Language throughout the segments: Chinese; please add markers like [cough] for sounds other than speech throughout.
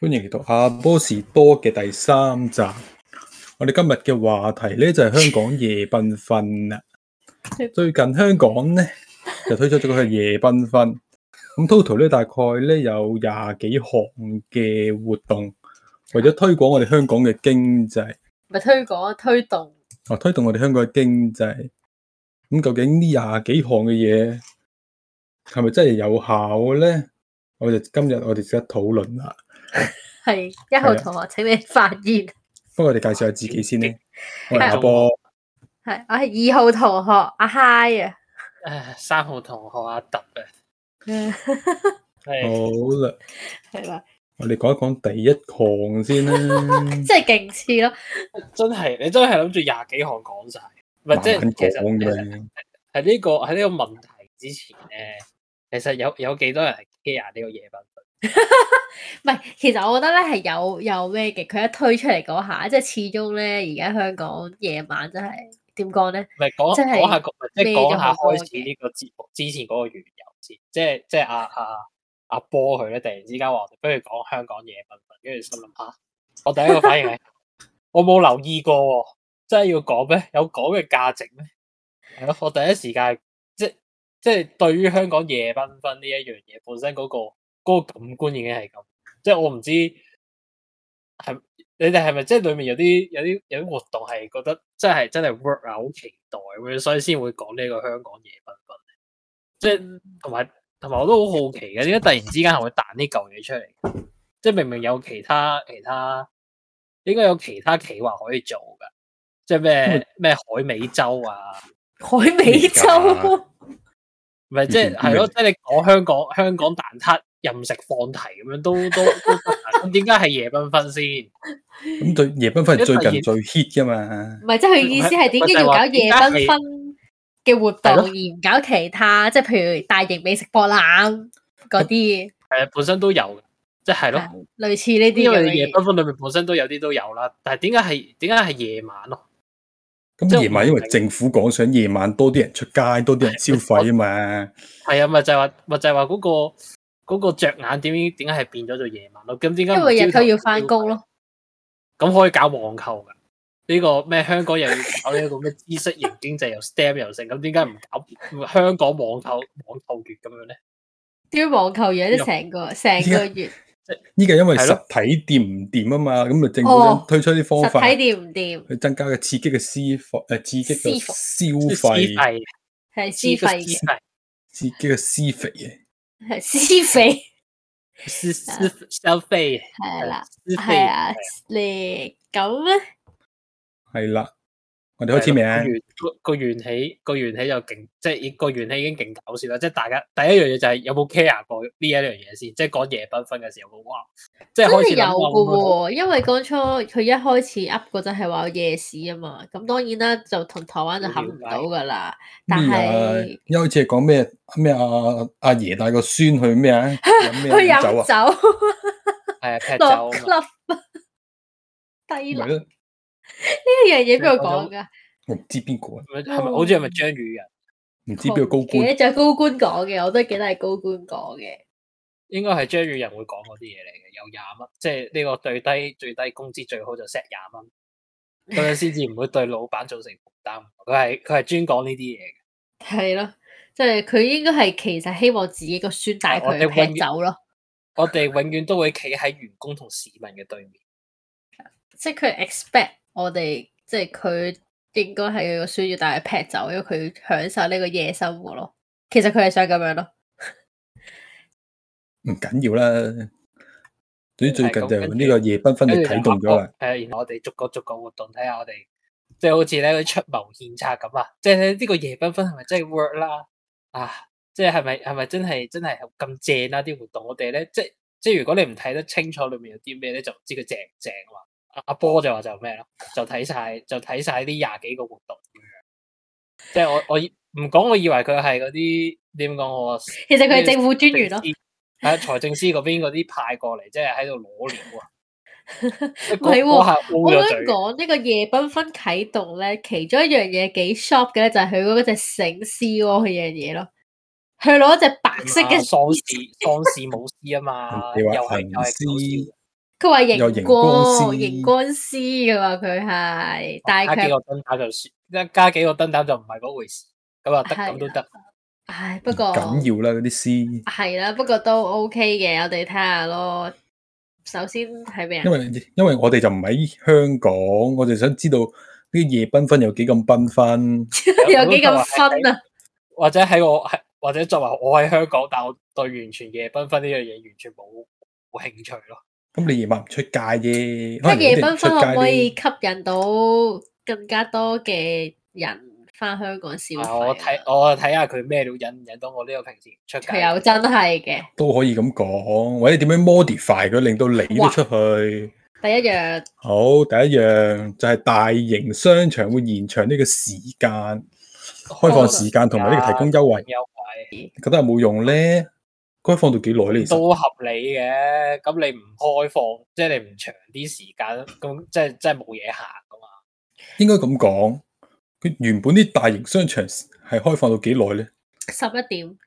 歡迎嚟到阿波士多嘅第三集。我哋今日嘅話題咧就係香港夜繽紛啦。最近香港咧就推出咗個夜繽紛，咁 total 咧大概咧有廿幾項嘅活動，為咗推廣我哋香港嘅經濟，咪推廣推動，啊推動我哋香港嘅經濟。咁究竟呢廿幾項嘅嘢係咪真係有效咧？我哋今日我哋即刻討論啦。係一號係啊同學請你發言。不過我哋介紹下自己先 [laughs] 咧。我係係阿波，係我係二號同學阿 Hi 啊，唉，三號同學阿特啊，嗯好係啦， [laughs] 係啦，我哋講一講第一項先 [laughs] 啦。即係勁似咯。真係你真係諗住廿幾項講晒，唔係即慢慢係其實講其嘅實咩？喺呢個喺呢個問題之前咧，其實有有幾多人係 care 呢個夜繽紛？唔係，其實我覺得咧係有有咩嘅，佢一推出嚟嗰下，即係始終咧而家香港夜晚真係點講咧？唔係講即係講下個，即係咩咗講下好多開始呢個節目之前嗰個緣由先，即係即係阿阿阿波佢咧，突然之間話我哋不如講香港夜繽紛，跟住心諗吓，我第一個反應係 [laughs] 我冇留意過喎，真係要講咩？有講嘅價值咩？係咯，我第一時間係即即係對於香港夜繽紛呢一樣嘢本身嗰、個嗰、個感官已經係咁，即係我唔知係你哋係咪即係裡面有啲有啲有啲活動係覺得真係真係 work 啊，好期待咁樣，所以先會講呢個香港夜繽紛。即係同埋同埋我都好好奇嘅，點解突然之間係會彈呢嚿嘢出嚟？即係明明有其他其他應該有其他企劃可以做㗎，即係咩咩海美洲啊。海美洲唔係即係係咯，即係你講香港香港蛋撻任食放題咁樣都都都得，咁點解係夜繽紛先？咁對夜繽紛係最近最 hit 噶嘛？唔係，即係佢意思係點解要搞夜繽紛嘅活動，係而咯唔搞其他，即係譬如大型美食博覽嗰啲，係啊，本身都有嘅，即係咯，係類似呢啲因咁為嘅夜嘢。繽紛裏面本身都有啲都有啦，但係點解係點解係夜晚咯？即咁係夜晚因為政府講想夜晚多啲人出街，多啲人消費啊嘛。係啊，咪就係話咪就係話嗰個嗰、個着眼點點解係變咗做夜晚咯？咁點解唔因為日朝頭頭要翻工咯。咁可以搞網購㗎？呢、個咩香港又要搞呢個咩知識型經濟又 STEM 又成，咁點解唔搞香港網購網購月咁樣咧？啲網球嘢都入成個成個月 [laughs] 依家因為係咯實體店唔掂啊嘛，咁咪政府哦想推出啲方法實體店唔掂，去增加嘅刺激嘅消費，誒刺激嘅消消費，係係私費嘅，係刺激嘅消費嘅。係私費 [laughs] 私私消費係啦，私係費啊，你咁咧係啦，我哋開始未啊個？元個個元起個元起就勁，即係個元起已經勁搞笑啦！即係大家第一樣嘢就係有冇 care 過呢一樣嘢先，即係講夜繽紛嘅時候，哇！即係真開係始有諗哇嘅喎，因為當初佢一開始 up 嗰陣係話有夜市啊嘛，咁當然啦就同台灣就冚唔到噶啦，但咩啊係？一開始係講咩咩阿阿爺帶個孫去咩 [laughs] 啊？飲去咩飲啊酒啊？酒係啊 [laughs] 劈落酒 [laughs] 啊嘛 club 低咪能呢咯，樣嘢邊度講㗎？我唔知邊個啊，係咪好似係咪張宇人？唔知邊個高記官得就係高官講嘅，我都記得係高官講嘅。應該係張宇人會講嗰啲嘢嚟嘅，有廿蚊，即係呢個最低最低工資最好就 set 廿蚊，咁樣先至唔會對老闆造成負擔。佢係佢係專講呢啲嘢嘅。系咯，即系佢應該係其實希望自己個孫帶啊我佢哋永劈遠酒咯，我哋永遠都會企喺員工同市民嘅對面。即係佢 expect 我哋，即係佢應該係佢個孫要帶佢劈酒，因為佢享受呢個夜生活咯。其實佢係想咁樣咯，唔緊要啦。最最近係咁就跟呢住個夜繽紛哎就啟動咗啦。係，然後我哋逐個逐個活動睇下我哋，即係好似咧出謀獻策咁啊！即係呢個夜繽紛係咪真係 work 啦？啊，即係係咪係咪真係真係咁正啦、啲活動我哋咧，即係即係如果你唔睇得清楚裏面有啲咩咧，就唔知佢正唔正啊嘛。阿阿波就話就咩咯，就睇晒就睇晒呢廿幾個活動咁樣。即係我我以唔講，我以為佢係嗰啲點講我啊其實佢係政府專員咯，系啊，財政司嗰邊嗰啲派過嚟，即係喺度攞料 [laughs] 啊！即係唔係嗰喎嗰下 O 我想咗嘴嘅，講呢個夜繽紛啟動咧，其中一樣嘢幾 shop 嘅咧，就係佢嗰隻醒獅嗰樣嘢咯。佢攞一隻白色啊嘅喪事喪事冇事啊嘛，人又哋話係又係行搞笑屍 [laughs] 佢話有熒熒光光絲熒光絲嘅話佢係，但加係幾個佢燈膽就算，加幾個燈膽就唔係嗰回事，咁啊得係咁都 [laughs] 得，唉不唔過緊要啦，嗰啲絲，係啦，不過都 OK 嘅，我哋睇下咯。首先係咩啊因？為因為我哋就唔喺香港，我哋想知道呢啲夜繽紛有幾咁繽紛。有幾咁分啊？或者喺我喺或者作為我喺香港，但我對完全夜繽紛呢樣嘢完全冇冇興趣咯。咁你夜晚唔出街啫，可即能夜有啲繽人出紛可唔可以街吸引到更加多嘅人翻香港消啊我睇費啊？我睇下佢咩料引唔引到我呢個平時唔出街。佢又真係嘅，都可以咁講，或者點樣 modify 佢，令到你都哇出去。第一樣好，第一樣就係大型商場會延長呢個時間，開放時間同埋呢個提供優惠，優惠覺得係冇用咧？該放到幾耐呢？其實都合理嘅，咁你唔開放，即係你唔長啲時間，咁即係即係冇嘢行噶嘛。 [laughs] 應該咁講，佢原本啲大型商場係開放到幾耐咧？十一點、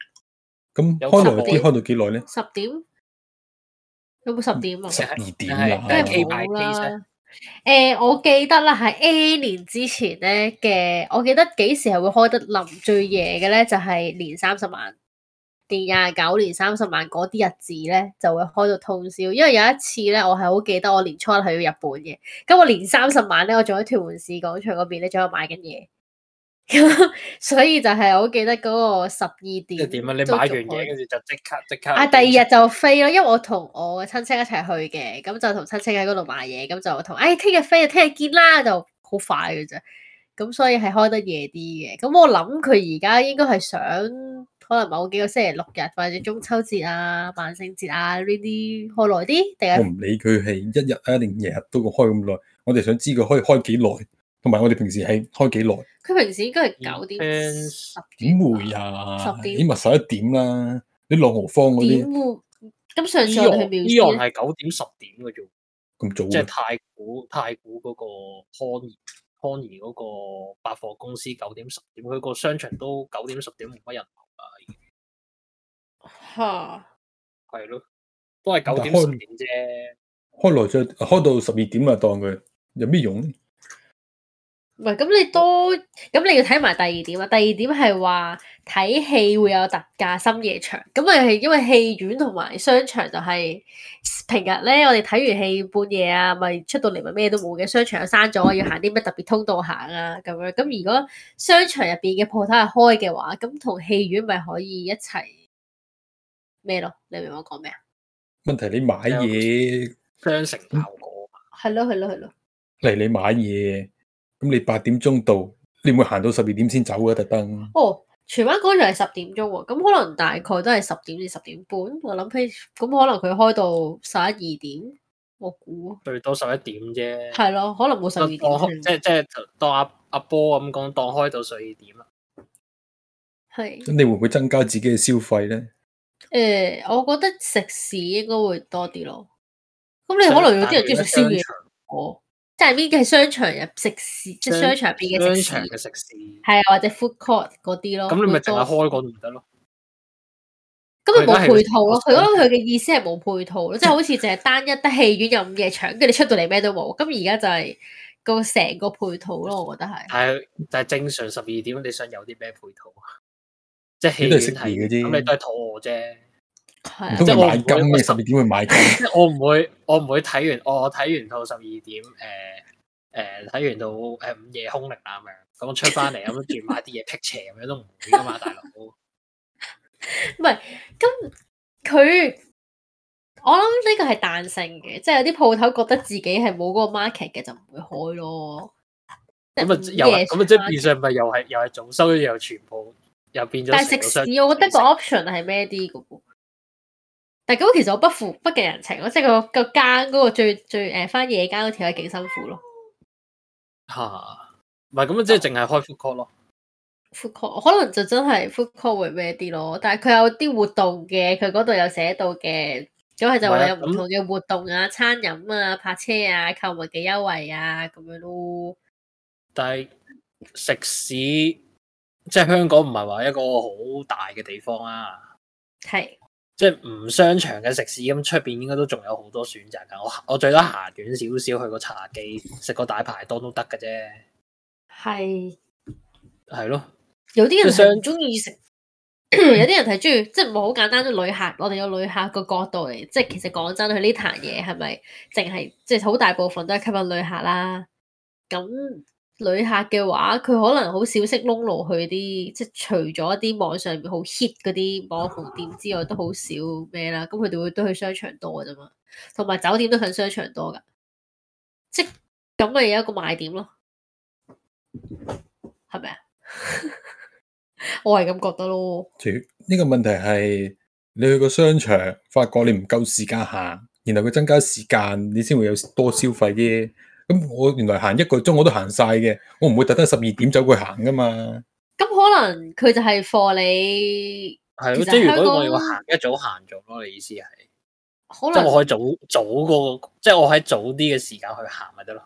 咁有開耐十啲點開到幾耐咧？十點，有冇十點啊？十二點係梗梗係啦，係 K 冇牌 case 啦。誒、我記得啦，喺 A 年之前咧嘅，我記得幾時係會開得臨最夜嘅咧，就係、年三十晚、年廿九、年三十晚嗰啲日子咧，就會開到通宵。因為有一次咧，我係好記得我年初一係要日本嘅，咁我年三十晚咧，我仲喺屯門市廣場嗰邊咧，仲喺度買緊 [laughs] 嘢。咁所以就係我好記得嗰個十二即係點。點啊？你買完嘢跟住就即刻即刻啊！第二日就飛咯，因為我同我嘅親戚一齊去嘅，咁就同親戚喺嗰度買嘢，咁就同誒聽日飛就啊聽日見啦，就好快嘅啫。咁所以係開得夜啲嘅。咁我諗佢而家應該係想可能某幾個星期六日或者中秋節啊、萬聖節啊呢啲開耐啲，定我係唔理佢係一日啊定日日都咁開咁耐，我哋想知佢可以開幾耐，同埋我哋平時係開幾耐？佢平時應該係九點 Depends 十點嗯點會吧啊？十點起碼十一點啦，啲朗豪坊嗰點啲會？咁上次依我樣哋去呢廟樣先，係九點十點嘅啫，咁早即係嘅，太古太古嗰個康怡康怡嗰個百貨公司九點十點，佢個商場都九點十點冇乜人流啦，已經嚇係咯，都係九點但十開點啫。開耐咗，開到十二點啊，當佢有咩用呢？唔係，咁你都咁你要睇埋第二點啊。第二點係話睇戲會有特價深夜場，咁啊係因為戲院同埋商場就係、平日咧，我哋睇完戲半夜啊，咪出到嚟咪咩都冇嘅，商場又閂咗，要行啲咩特別通道行啊咁樣。咁如果商場入邊嘅鋪頭係開嘅話，咁同戲院咪可以一齊咩咯？你明我講咩啊？問題你買嘢雙城效果嘛，係咯係咯係咯，嚟，你買嘢，咁你八點鐘到，你唔會行到十二點先走啊嘅特登。哦，荃灣嗰場係十點鐘喎，咁可能大概都係十點至十點半。我諗起，咁可能佢開到十一二點，我估最多十一點啫。係咯，可能冇十二點當開即添。係即係當阿阿波咁講，當開到十二點啊啦。咁係你會唔會增加自己嘅消費咧？誒、我覺得食肆應該會多啲咯。咁你可能有啲人中意食宵夜，我即係邊嘅係商場入食肆，即係商商場入邊嘅商食肆場，嘅食肆，咁係啊，或者 food court 嗰啲咯。你咪會淨多係開嗰度咪得咯。咁咪冇佢而家係配套咯，佢想可能佢嘅意思係冇配套咯， [laughs] 即係好似淨係單一得戲院有午夜場，跟住你出到嚟咩都冇。咁而家就係個成個配套咯，我覺得係。但係但係正常十二點，你想有啲咩配套啊？ [laughs] 即係戲你都院係食係嘢嘅啫咁你都係肚餓啫。唔係啊通你即係我買金咩？我十二點去買金？即係我唔會，我唔會睇完，我睇完套十二點，誒、誒睇完到誒、午夜空靈啊咁樣，咁我出翻嚟咁住買啲嘢辟邪咁樣都唔會噶嘛，大佬。咁佢，我諗呢個係彈性嘅，即係有啲鋪頭覺得自己係冇嗰個 market 嘅就唔會開咯。咁啊即係又係午夜咁啊，即係場變相咪又係又係總收咗又全部又變咗但係成食個肆商。，我覺得個 option 係咩啲嘅喎？但係咁其實我不負不近人情咯，即係個個間嗰個最最誒翻夜間嗰條係幾辛苦咯。嚇，唔係咁啊，哦即係淨係開 food court 咯。 food court 可能就真係 food court 會咩啲咯，但係佢有啲活動嘅，佢嗰度有寫到嘅，咁佢就唔係話啊有唔同嘅活動啊、餐飲啊、泊車啊、購物嘅優惠啊咁樣咯。但係食肆即係香港唔係話一個好大嘅地方啊，係即係唔商場嘅食肆咁，出邊應該都仲有好多選擇㗎。我我最多行遠少少去個茶記食個大排檔都得嘅啫，係係咯。有啲人即係係唔中意食，有啲人係中意，即係唔係好簡單。即係旅客，我哋有旅客個角度嚟，即係其實講真，佢呢壇嘢係咪淨係即係好大部分都係吸引旅客啦？咁旅客嘅話，佢可能好少識窿路去啲，即係除咗一啲網上面好 hit 嗰啲網紅店之外，都好少咩啦。咁佢哋會都去商場多嘅啫嘛，同埋酒店都近商場多噶，即係咁咪有一個賣點咯，係咪啊？我係咁覺得咯。除呢個問題係你去個商場，發覺你唔夠時間行，然後佢增加時間，你先會有多消費啫。咁我原來行一個鐘我都行晒嘅，我唔會特登十二點走過去行噶嘛。咁可能佢就係貨你，係其實咯，即係如香果我港啊要行一早行咗咯，你意思係，可即係我能可以早早個，即係我喺早啲嘅時間去行咪得咯。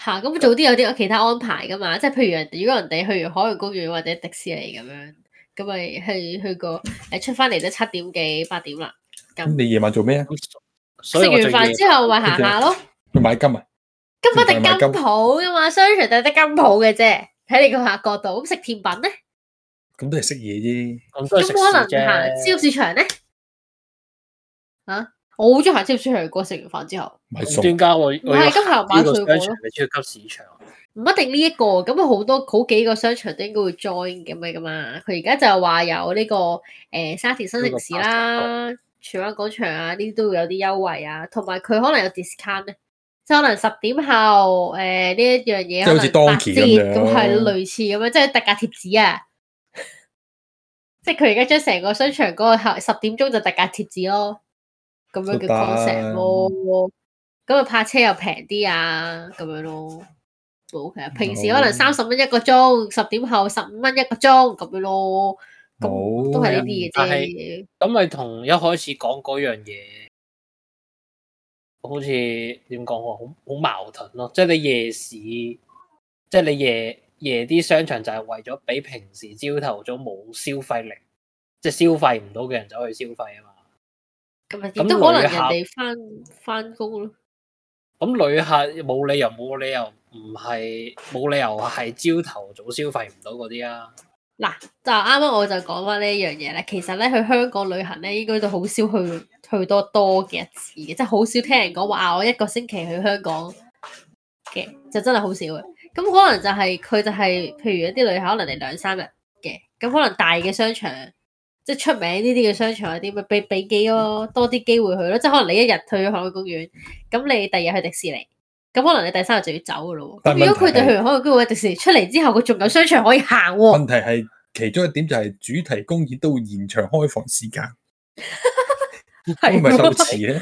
嚇咁早啲有啲有其他安排噶嘛，即係譬如人，如果人哋去完海洋公園或者迪士尼咁樣，咁咪去去個誒出翻嚟都七點幾八點啦。咁你夜晚做咩啊？咁所所以食完我就飯要之後咪行下 [laughs] 咯，去買金啊？咁一定買金金鋪噶嘛，商場就係得金鋪嘅啫。睇你個客角度，咁食甜品咧，咁都係食嘢啫。咁都係咁食可能肆行啫。超市場咧，啊，我好中意行超市場，過食完飯之後。買咁餸點解我唔我係要今日行買呢水個商果咯場嘅超級市場？唔一定呢、一個，咁佢好多好幾個商場都應該會 join 咁嘅噶嘛。佢而家就係話有呢、個誒、呃沙田新城市啦、荃灣廣場啊，呢啲都會有啲優惠啊，同埋佢可能有 discount 咧，即係可能十點後誒呃呢、一樣嘢即係好似可能八 Donkey 折咁樣咁係類似咁樣，即係特價貼紙啊。即係佢而家將成個商場嗰個後十點鐘就特價貼紙咯，咁樣嘅都得 concept 咯。咁啊，泊車又平啲啊，咁樣咯。O 嗯 K，平時可能好三十蚊一個鐘，十點後十五蚊一個鐘咁樣咯，冇啊都係呢啲嘅但啫。咁咪同一開始講嗰樣嘢，好似點講喎？好好矛盾咯。即係你夜市，即係你夜夜啲商場就係為咗俾平時朝頭早冇消費力，即係消費唔到嘅人走去消費啊嘛。咁咪咁點都可能旅人客哋翻翻工咯。咁旅客冇理由冇理由唔係冇理由係朝頭早消費唔到嗰啲啊。就啱啱我就講翻呢一樣嘢咧，其實咧去香港旅行咧，應該都好少去去多多嘅日子嘅，即係好少聽人講話啊我一個星期去香港嘅，就真係好少嘅。咁可能就係、佢就係、譬如一啲旅客可能嚟兩三日嘅，咁可能大嘅商場，即係出名呢啲嘅商場有啲嗯咪俾俾機咯，多啲機會去咯，即係可能你一日去海洋公園，咁你第二日去迪士尼。咁可能你第三日就要走噶咯喎，但咁如問題果佢哋去完海洋公園、迪士尼出嚟之後，佢仲有商場可以行喎、問題係其中一點就係主題公園都會延長開放時間，係咁咪喎受遲咧。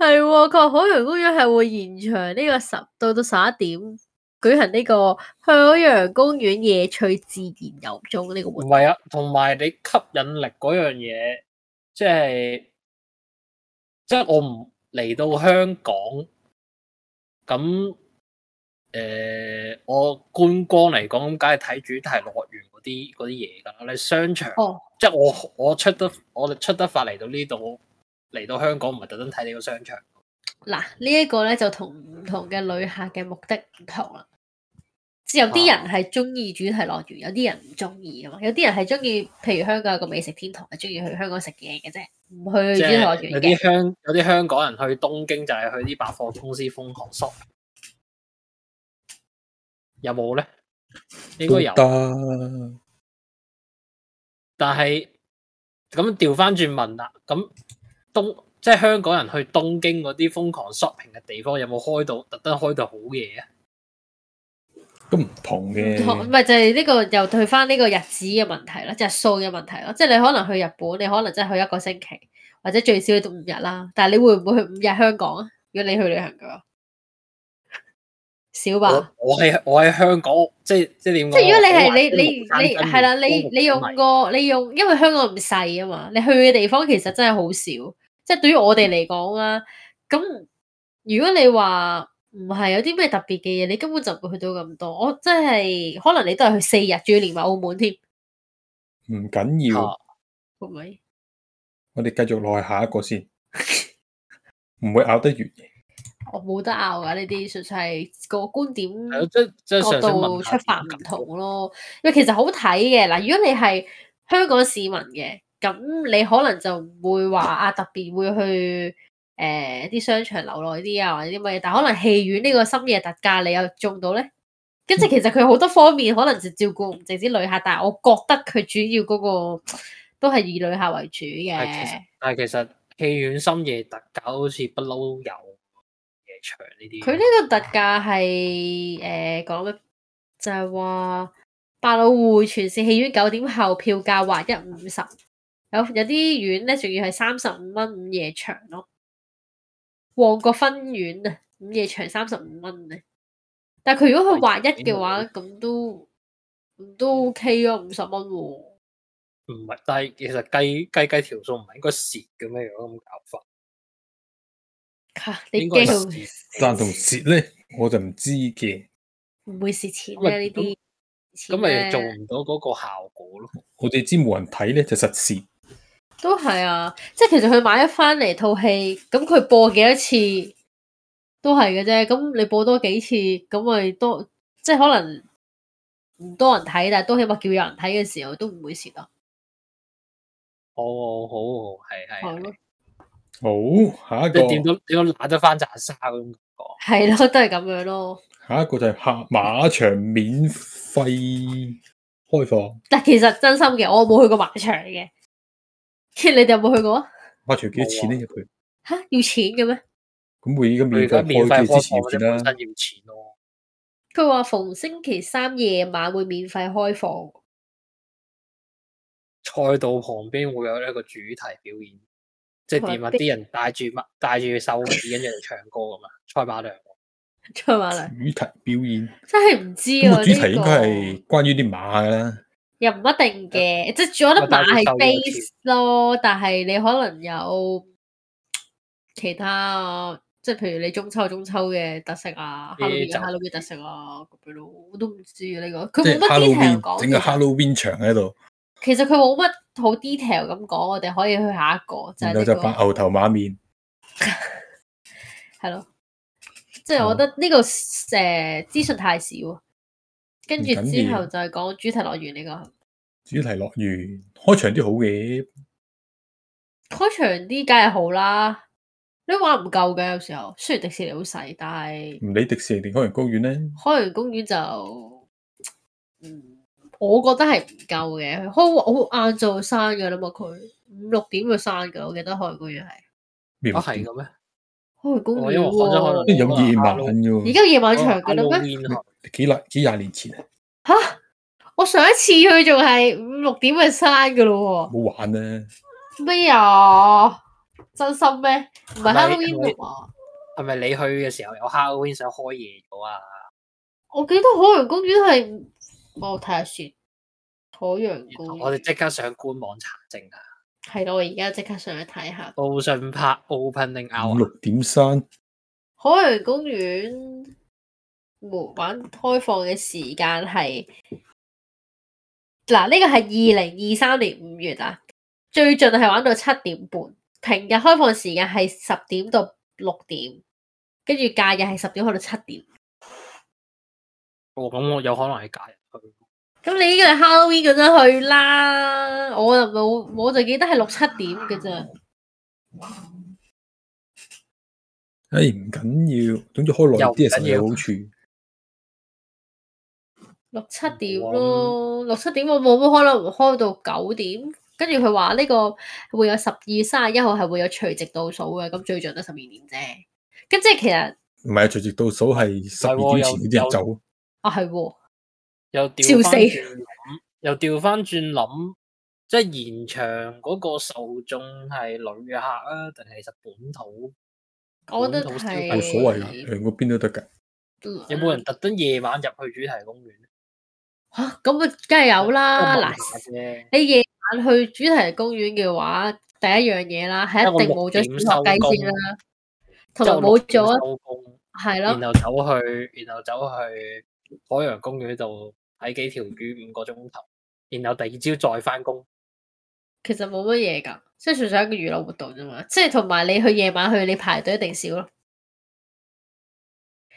係喎，佢話海洋公園係會延長呢個十到到十一點舉行呢個海洋公園夜趣自然遊蹤呢個活唔動。係啊，同埋你吸引力嗰樣嘢，即係即係我唔嚟到香港，咁誒、呃我觀光嚟講，咁梗係睇主題樂園嗰啲嗰啲嘢㗎啦。你商場，哦即係我我出得我哋出得發嚟到呢度，嚟到香港唔係特登睇你個商場。嗱，呢一個咧就同唔同嘅旅客嘅目的唔同啦。即係有啲人係中意主題樂園，有啲人唔中意啊嘛。有啲人係中意，譬如香港有個美食天堂，係中意去香港食嘢嘅啫，唔去即主題樂係園有嘅啲。香有啲香港人去東京就係去啲百貨公司瘋狂 shop，有冇咧？ [laughs] 應該有，得。但係咁調翻轉問啦，咁東即係香港人去東京嗰啲瘋狂 shopping 嘅地方有冇開到特登開到好夜啊？都唔同唔嘅，同唔係就係呢個又退翻呢個日子嘅問題啦，日數嘅問題咯。即係你可能去日本，你可能真係去一個星期，或者最少都五日啦。但係你會唔會去五日香港啊？如果你去旅行嘅話，少吧。我我喺我喺香港，即係即係點講？即係如果你係我你你好難你跟唔係啦，你到你用過你用，因為香港唔細啊嘛，你去嘅地方其實真係好少。即係對於嗯我哋嚟講啦，咁如果你話唔係有啲咩特別嘅嘢，你根本就唔會去到咁多。我真係可能你都係去四日，仲要連埋澳門添。唔緊要啊。會唔會？我哋繼續落去下一個先，唔會咬得完嘅。我冇得拗噶呢啲，純粹係個觀點係咯，即即係角上升問度題出發唔同咯。因為其實好睇嘅嗱，如果你係香港市民嘅，咁你可能就唔會話啊特別會去誒啲、商場留耐啲啊，或者啲乜嘢。但可能戲院呢個深夜特價，你又中到咧。跟嗯住其實佢好多方面可能就照顧唔淨止旅客，但係我覺得佢主要嗰、個都係以旅客為主係其嘅實。但係其實戲院深夜特價好似不嬲有夜場呢啲。佢呢個特價係誒講咩？就係話百老匯全線戲院九點後票價劃一五十，有有啲院咧仲要係三十五蚊午夜場咯。旺角分院啊，午夜場三十五蚊啊。但係佢如果佢劃一嘅話，咁都都 OK 啊，五十蚊喎。唔係，但係其實計計計條數唔係應該蝕嘅咩？如果咁搞法，嚇你應該係驚佢蝕。但同蝕咧，我就唔知嘅，唔會蝕錢咪咩？呢啲咁錢咪呢做唔到嗰個效果咯。我哋知冇人睇咧就實蝕。都係啊，即係其實佢買咗翻嚟套戲，咁佢播幾多次都係嘅啫。咁你播多幾次，咁咪多，即係可能唔多人睇，但係都起碼叫有人睇嘅時候都唔會蝕咯。哦，好，係啊係係，咯，好，下一即係點個，都點都揦得翻扎沙嗰種感覺。係咯，都係咁樣咯。下一個就係下馬場免費開放。但其實真心嘅，我冇去過馬場嘅。你哋有冇去過啊？馬場幾多錢咧入去？吓，要錢嘅咩？咁會咁啊佢而免家費開免費開機之前放要或者錢本啦。身要錢咯。佢話逢星期三夜晚會免費開放。賽道旁邊會有一個主題表演，即係點啊？台邊啲人帶住乜帶住手指跟住嚟唱歌咁啊！賽馬娘出馬嚟，主題表演，真係唔知咁啊！個主題應該呢個係關於啲馬㗎啦。又唔一定嘅，即係我覺得馬係 base 咯，但係你可能有其他，即係譬如你中秋有中秋嘅特色啊，Halloween 有就 Halloween 嘅特色啊，咁樣咯，我都唔知啊呢個，即係佢冇乜 detail 講 Halloween 整個嘅。 Halloween 場喺度，其實佢冇乜好 detail 咁講，我哋可以去下一個，就係然呢後就扮個牛頭馬面。係咯，即係我覺得哦呢個誒資訊太少啊，跟住唔緊之要後就係講主題樂園呢個。主題樂園開場啲好嘅，開場啲梗係好啦，你話唔夠嘅有時候，雖然迪士尼好細，但係唔理迪士尼定海洋公園咧，哦海洋公園就，嗯，我覺得係唔夠嘅。佢開好晏晝閂㗎啦嘛，佢五六點就閂㗎啦，我記得海洋公園係苗啊係條嘅咩？海洋公哦園因為講真海洋喎公即係有園夜晚哦而嘅喎，家有夜晚場㗎啦咩？ Halloween 啊幾廿幾廿年前啊，吓，我上一次去仲係五六點就閂㗎咯好玩啊！喎，咩啊？真心咩？唔係係咪 Halloween 啊嘛？係咪你去嘅時候有 Halloween 想開夜咗啊？我記得海洋公園係，我睇下先。海洋公園，我哋即刻上官網查證啊！係咯，我而家即刻上去睇下。奧信拍 opening 五 hour，六點三，海洋公園門玩開放嘅時間係，嗱呢個係二零二三年五月啊，最盡係玩到七點半。平日開放時間係十點到六點，跟住假日係十點去到七點。哦咁我有可能係假日去。咁你呢個係 Halloween 嗰陣去啦，我就冇，我就記得係六七點嘅咋。唉唔緊要，總之開耐啲係啊實有好處。六七點冇啊咯，六七點我冇乜可能開到九點，跟住佢話呢個會有十二月三十一號係會有除夕倒數嘅，咁最盡得十二點啫。咁即係其實唔係啊，隨直到數係十二係點前喎有嗰啲人走，啊係喎，笑又調翻死轉諗，又調翻轉諗，即係延長嗰個受眾係旅客啊，定係其實本土？我覺得本土消係嗯費冇所謂㗎，兩個邊都得㗎。有冇人特登夜晚入去主題公園咧？嚇咁啊，梗係有啦。我問嗱，下啫，你夜晚去主題公園嘅話，第一樣嘢啦，係一定冇咗因為我六小學點收工雞先啦，同埋冇即係我六點咗收工，嗯係然咯，後走去，然後走去海洋公園度睇幾條魚五個鐘頭，然後第二朝再翻工。其實冇乜嘢㗎，即係純粹一個娛樂活動啫嘛。即係同埋你去夜晚去，你排隊一定少咯。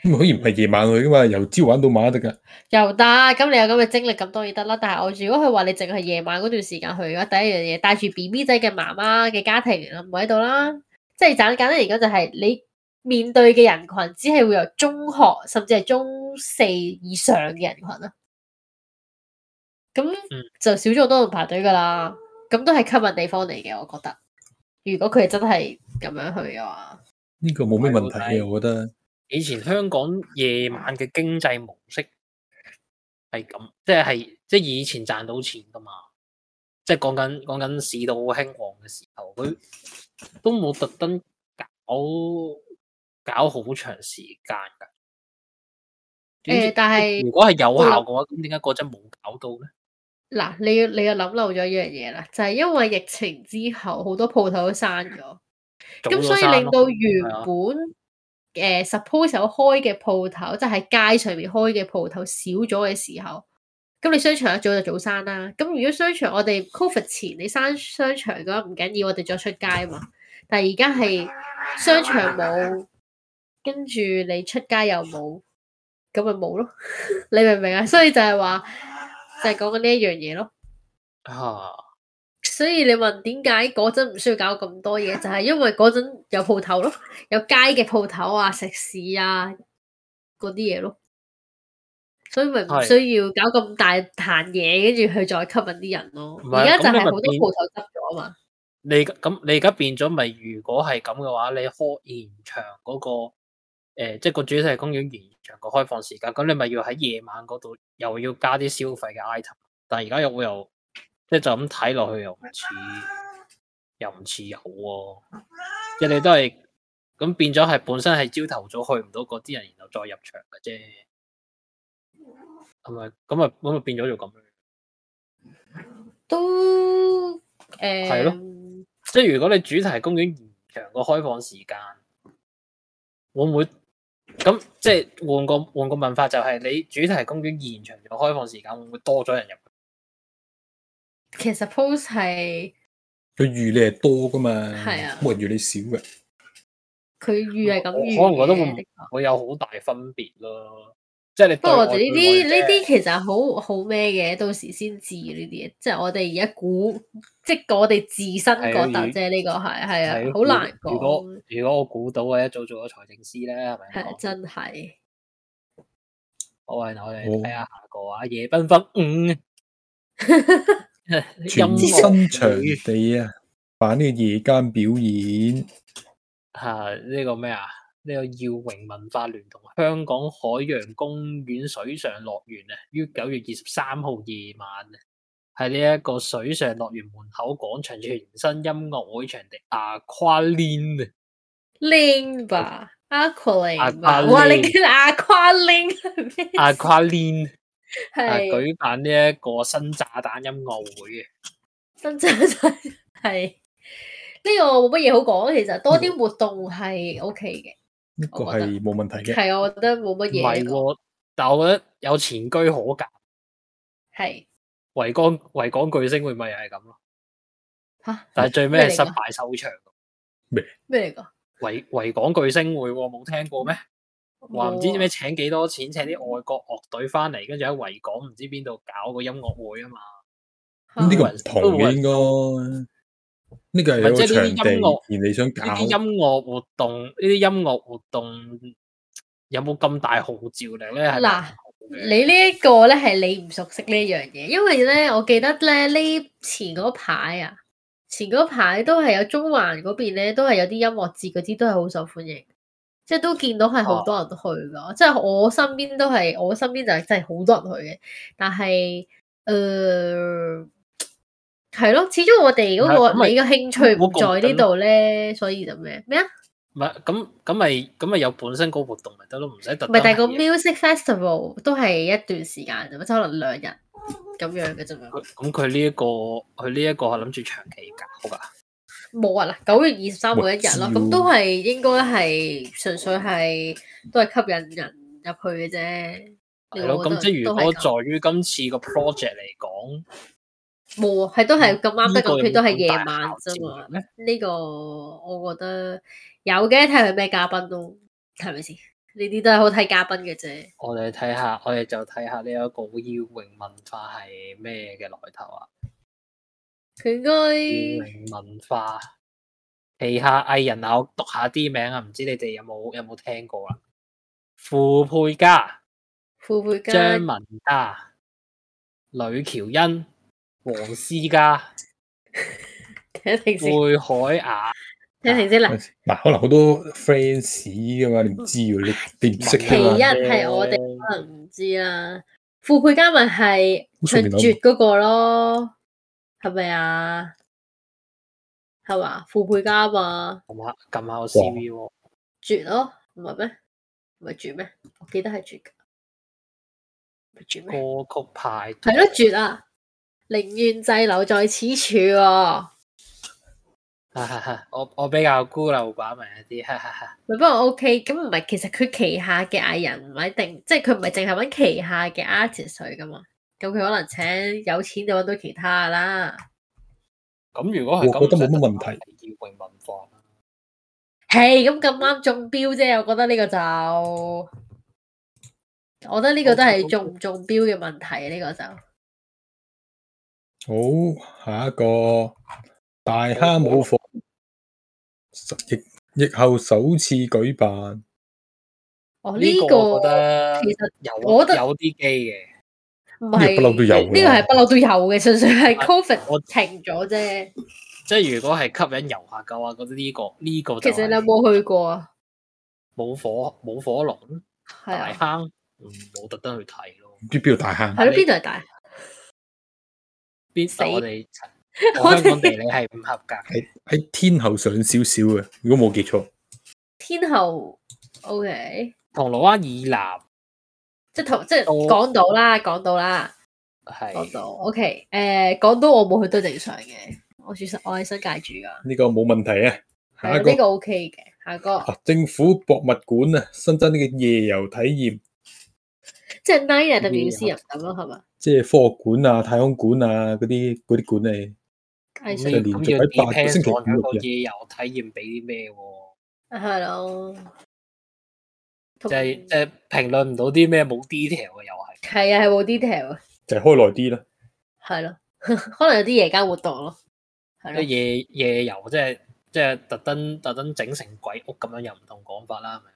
咁好似唔係夜晚去噶嘛，由朝玩到晚都得噶。又得，咁你有咁嘅精力，咁當然得啦。但係我如果佢話你淨係夜晚嗰段時間去嘅話，第一樣嘢帶住 B B 仔嘅媽媽嘅家庭啊唔喺度啦。即係簡簡單嚟講，就係你面對嘅人群，只係會由中學甚至係中四以上嘅人群啦。咁嗯就少咗好多人排隊噶啦。咁都係吸引地方嚟嘅，我覺得。如果佢哋真係咁樣去嘅話，呢個冇咩問題嘅，我覺得。以前香港夜晚嘅經濟模式係咁，即係即係以前賺到錢噶嘛，即係講緊講緊市道好興旺嘅時候，佢都冇特登搞搞好長時間㗎。點知誒但係如果係有效嘅話，咁點解嗰陣冇搞到咧？嗱，你要你又諗漏咗一樣嘢啦，就係、因為疫情之後好多鋪頭都閂咗。早咁咗所以生令咯到原係啊本誒 suppose 有開嘅鋪頭，即係街上面開嘅鋪頭少咗嘅時候，咁你商場一早就早閂啦。咁如果商場我哋 covid 前你閂商場嘅話唔緊要，我哋再出街嘛。但係而家係商場冇，跟住你出街又冇，咁咪冇咯。 [laughs] 你明唔明啊？所以就係話，就係講緊呢一樣嘢咯。啊，所以你問點解嗰陣唔需要搞咁多嘢，就係、因為嗰陣有鋪頭咯， [laughs] 有街嘅鋪頭啊、食肆啊嗰啲嘢咯，所以咪唔係需要搞咁大壇嘢，跟住去再吸引啲人咯唔。係啊而家就咁你係咪好多鋪變頭執咗啊嘛，你咁你而家變咗咪？如果係咁嘅話，你開延長嗰、個、呃、即係個主題公園延長個開放時間，咁你咪要喺夜晚嗰度又要加啲消費嘅 item。但係而家又會又即係就咁睇落去又唔似又唔似有喎、即係你都係咁變咗係本身係朝頭早去唔到嗰啲人，然後再入場嘅啫。係咪咁咪咁咪變咗就咁樣？都誒係咯即係如果你主題公園延長個開放時間，會唔會咁即係換個換個問法，就係你主題公園延長咗開放時間，會唔會多咗人入去？其實 post 係佢預你係多噶嘛，係啊冇人預你少嘅。佢預係咁我預可能覺得會嘅唔的確會有好大分別咯。即係你不過我哋呢啲呢啲啲其實好好咩嘅，到時先知呢啲嘢，即係我哋而家估，即係我哋自身係啊覺得如啫。呢個係係啊，好好難如果講，如果我估到嘅，一早做咗財政司咧，係咪係咁啊講？真係。好啊，我哋好睇下下個啊，夜繽紛 [laughs] 五。全 [laughs] 音樂新場地啊，辦呢個夜間表演，啊呢、個咩啊？呢、個耀榮文化聯同香港海洋公園水上樂園啊，於九月二十三號夜晚啊，喺呢一個水上樂園門口廣場全新音樂會場地 Aqualin 啊， Link 吧 a q u a l i n 吧，啊 Aqualane 哇！你叫 a q u a l i n 係咩？啊 Aqualin 啊係舉辦呢一個新炸彈音樂會嘅，啊真真真係呢個冇乜嘢好講，其實多啲活動係 OK 呢個我覺得係冇問題嘅。嘅，係啊我覺得冇乜唔係嘢呢個，喎，但我覺得有前居可鑑，係維港維港巨星會咪又係咁咯，吓但係最尾咩係嚟失㗎敗收場。咩嚟㗎？維維港巨星會喎，冇聽過咩？話唔知冇啊咩請幾多錢請啲外國樂隊翻嚟，跟住喺維港唔知邊度搞個音樂會啊嘛。咁呢嚇個唔同嘅應該，呢個係有唔個係即係呢啲場音樂地，而你想呢啲搞，音樂活動，呢啲音樂活動有冇咁大號召力咧？係嗱唔同嘅你呢一個咧係你唔熟悉呢一樣嘢，因為咧我記得咧呢前嗰排啊，前嗰排都係有中環嗰邊咧，都係有啲音樂節嗰啲都係好受歡迎，即係都見到係好多人去哦噶，即係我身邊都係我身邊就係真係好多人去嘅，但係誒係咯，始終我哋嗰、唔係個咁咪你嘅興趣唔冇共在呢鳴度咧，所以就咩咩啊？唔係咁咁咪咁咪有本身個活動咪得咯，唔使特唔登係，但係個係 music festival 都係一段時間啫嘛，即係可能兩日咁樣嘅啫嘛。佢咁佢呢一個佢呢一個係諗住長期搞㗎。冇啊！嗱，九月二十三嗰一日咯，我知咁都係應該係純粹係都係吸引人入去嘅啫。係咯，咁即係如果在於今次個 project 嚟講，冇啊，係都係咁啱得呢個咁，有佢都係冇夜大晚校啫嘛。戰咧呢個我覺得有嘅，睇佢咩嘉賓咯，係咪先？呢啲都係好睇嘉賓嘅啫。我哋睇下，我哋就睇下呢一個邀泳文化係咩嘅來頭啊？佢應該邀泳文化旗下藝人啊，我讀下啲名啊，唔知你哋有冇有冇聽過啦？傅佩嘉、富貝張家文嘉、呂喬欣、黃思嘉、停一停先，貝海雅、停一停先嗱，嗱，可能好多 fans 噶嘛，你唔知嘅，你你唔識其噶一啊嘛，係我哋可能唔知啦。富貝家咪係好唱順便諗絕嗰個咯，係咪啊？係嘛？富貝家嘛，撳下撳下我 CV 喎，絕咯，唔係咩？唔係絕咩？我記得係絕㗎，唔係絕咩？歌曲派系咯，絕啊！寧願滯留在此處喎、哈哈哈，我我比較孤陋寡聞一啲，哈哈哈。咪不過 OK，咁唔係其實佢旗下嘅藝人唔一定，即係佢唔係淨係揾旗下嘅 artist 去噶嘛。咁佢可能請有錢就揾到其他㗎啦。咁如果係咁，我覺得冇乜問題題。耀榮文化，係咁咁啱中標啫，我覺得呢個就，我覺得呢個都係中唔中標嘅問題，呢、個就好，下一個大蝦舞火，疫疫後首次舉辦，哦呢、呢個個我覺得其實有我覺得有啲機嘅，唔呢個係不嬲都有㗎呢個係不嬲都有嘅，純粹係啊 covid 我停咗啫。即係如果係吸引遊客嘅話，覺得呢個呢個其就實你有係冇去過啊？冇火冇火龍係啊大。坑，嗯冇特登去睇咯。唔知邊度大坑係咯，邊度係大？邊死但我哋 [laughs] 我我哋香港地理係唔合格嘅，喺喺天后上少少嘅，如果冇記錯，天后 OK，銅鑼灣以南即係同即係我港島啦，港島啦，港島係 OK，誒港島我冇去都正常嘅，我住新我喺新界住噶，呢個冇問題啊。下一係啊呢個個 OK 嘅，下一個啊政府博物館啊，新增呢個夜遊體驗，即係 Night at the 呢個 Museum 咁咯，係嘛？即係科學館啊、太空館啊嗰啲嗰啲館啊嚟。藝呢術個連咁續要喺八個星期 depends on 五六日佢個夜遊體驗俾啲咩喎？係咯，就啊同係即係評論唔到啲咩冇 detail 嘅又係。係啊，係冇 detail 啊，就係開耐啲啦。係咯， [laughs] 可能有啲夜間活動咯，係即係咯，夜夜遊，即係即係特登特登整成鬼屋咁樣，又唔同講法啦。係咪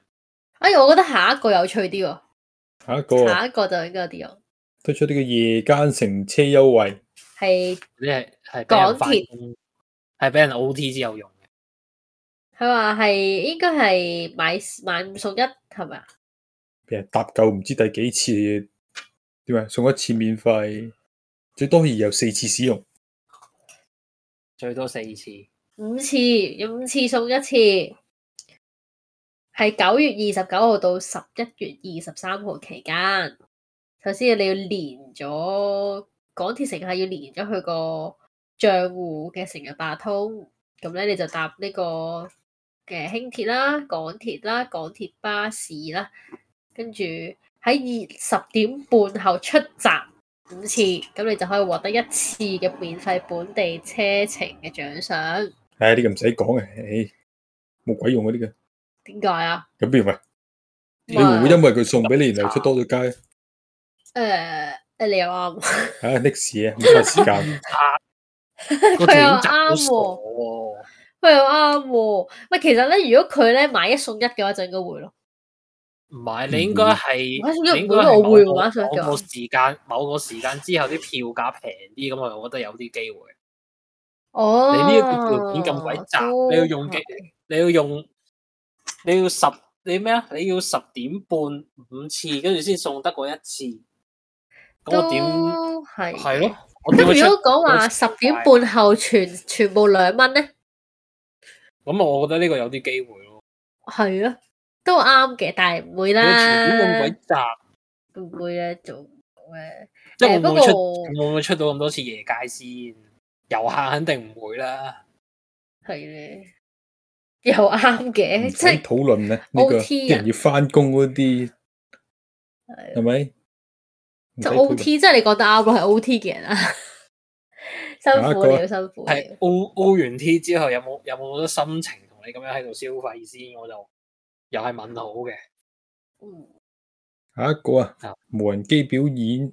哎，我覺得下一個有趣啲哦喎，下一個啊下一個就應該有啲喎，推出呢個夜間乘車優惠，係嗰啲係係俾港人鐵翻工，係俾人 O T 之後用嘅。佢話係應該係買買五送一係咪啊？俾人搭夠唔知第幾次，點啊送一次免費，最多可以有四次使用。最多四次，五次有五次送一次，係九月二十九號到十一月二十三號期間。首先你要連咗港鐵乘客要連咗佢個帳户嘅成日八通，咁咧你就搭呢、個嘅輕鐵啦、港鐵啦、港鐵巴士啦，跟住喺二十點半後出閘五次，咁你就可以獲得一次嘅免費本地車程嘅獎賞。唉，呢個唔使講嘅，啊唉，冇鬼用嗰啲嘅。點解啊？咁邊喂？你會唔哇會因為佢送俾你，然後出多咗街？誒誒，你又 [laughs] 啱，唉，的士啊，冇晒時間。 [laughs] 啊 [laughs] 個佢又選擇好啱傻喎喎。佢又啱喎。喂，其實咧，如果佢咧買一送一嘅話，就應該會咯。唔係，嗯你應該係 [laughs] 買送一你應唔該會係我會某玩個上某個㗎。時間某個時間之後啲票價平啲，咁我覺得有啲機會。哦，你呢個條件咁鬼窄你要用都係你要用你要十你咩啊？你要十點半五次，跟住先送得嗰一次。咁我點？都係係咯。，我咁點會出啊如果講話我十點半後全全部兩蚊咧，咁我覺得呢個有啲機會咯。係咯，都啱嘅，但係唔會如果條件咁啦鬼，窄，唔會咧做唔到嘅。即係誒會不唔會出過會唔會出到咁多次夜街先？遊客肯定唔會啦。係咧，又啱唔嘅，使即係討論咧，呢個 OT 啊啲人要翻工嗰啲係咪？唔即使係討啊論 O T，即係你講得啱咯，係 O T 嘅人啊。 [laughs] 辛苦了，辛苦了。係 O O 完 T 之後有冇有冇得心情同你咁樣喺度消費先？我就又係問好嘅。嗯下一個啊啊，無人機表演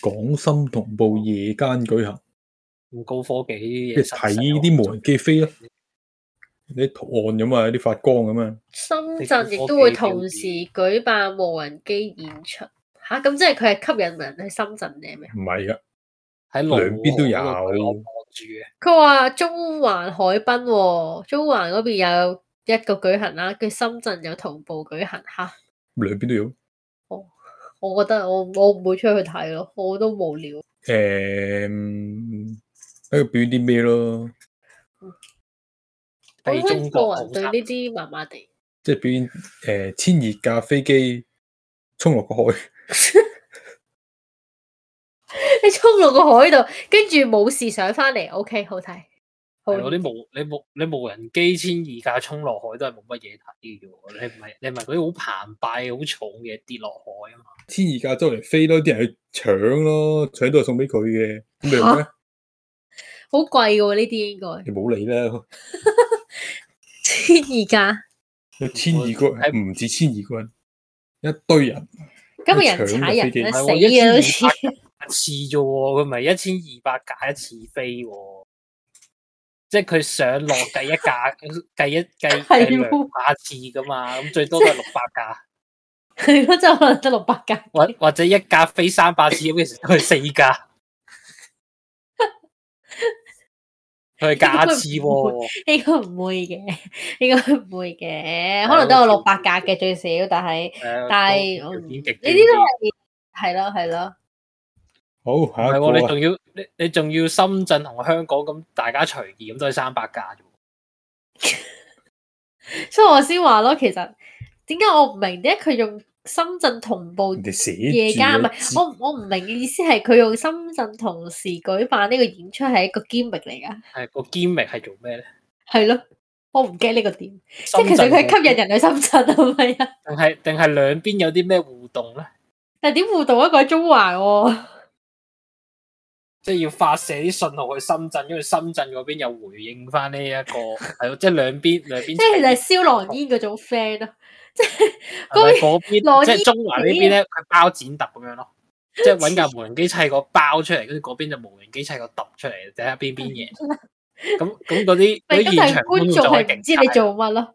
港深同步夜間舉行，咁高科技啲即嘢係睇啲無人機飛啦，啲圖案咁啊，有啲發光咁啊，深圳亦都會同時舉辦無人機演出。吓，咁即係佢係吸引人去深圳定係咩？唔係啊噶，喺路兩邊都有我望住嘅，佢話中環海濱、喎，中環嗰邊有一個舉行啦，跟住深圳有同步舉行吓。兩邊都有。我覺得我我唔會出去睇咯，我都無聊。誒、喺度表演啲咩咯？我俾中個國人好對生呢啲麻麻地。 [laughs] 即係表演誒、千二架飛機衝落個海，你衝落個海度，跟住冇事上翻嚟，OK，好睇。好係嗰啊啲無你無你無人機千二架衝落海都係冇乜嘢睇嘅喎，你唔係你唔係嗰啲好澎湃好重嘅嘢跌落海啊嘛，千二架周嚟飛咯，啲人去搶咯，搶到係送俾佢嘅，咁你用咩？好貴嘅喎，呢啲應該 [laughs] 你冇理啦，千二架，有千二個人，唔止千二個人，一堆人，今日人搶踩個飛人機咧死係嘅喎好1200似。一次啫喎，佢唔係一千二百架一次飛喎，即係佢上落計一架 [laughs] 計一 [laughs] 計係計兩喎架次噶嘛，咁最多都係六百架，係咯，真係可能得六百架。或 [laughs] 或者一架飛三百次咁嘅時候，佢係四架。佢係架次 [laughs] 喎，應該唔會嘅， [laughs] 應該唔會嘅，可能都有六百架嘅最少，但啊係啊但係我唔呢呢啲都係係咯係咯，好唔係下一喎，你個啊仲要你你仲要深圳同香港咁大家隨意咁都係三百架啫喎。所以我先話咯，其實點解我唔明點解佢用深圳同步人哋寫夜住間唔喺係我我唔明嘅意思係佢用深圳同時舉辦呢個演出係一個 gimmick 嚟㗎，係個堅力係做咩咧？係咯，我唔 get 呢個點，即即係其實佢係吸引人去深圳係咪啊？定係定係兩邊有啲咩互動咧？但係點互動一個喺中環喎、 [laughs] 即係要發射啲信號去深圳，因為深圳嗰邊又回應翻呢一個 [laughs] 係咯，即係兩邊兩邊即係其實齊係燒狼煙嗰種 friend 咯，即係係咪嗰邊嗰攞邊即衣係中環呢邊咧，佢包剪揼咁樣咯，即係揾架無人機砌個包出嚟，跟住嗰邊就無人機砌個揼出嚟，睇下邊邊贏。咁咁 [laughs] 嗰啲嗰咪咁但啲現係場觀觀眾眾就係係唔勁知你做乜咯，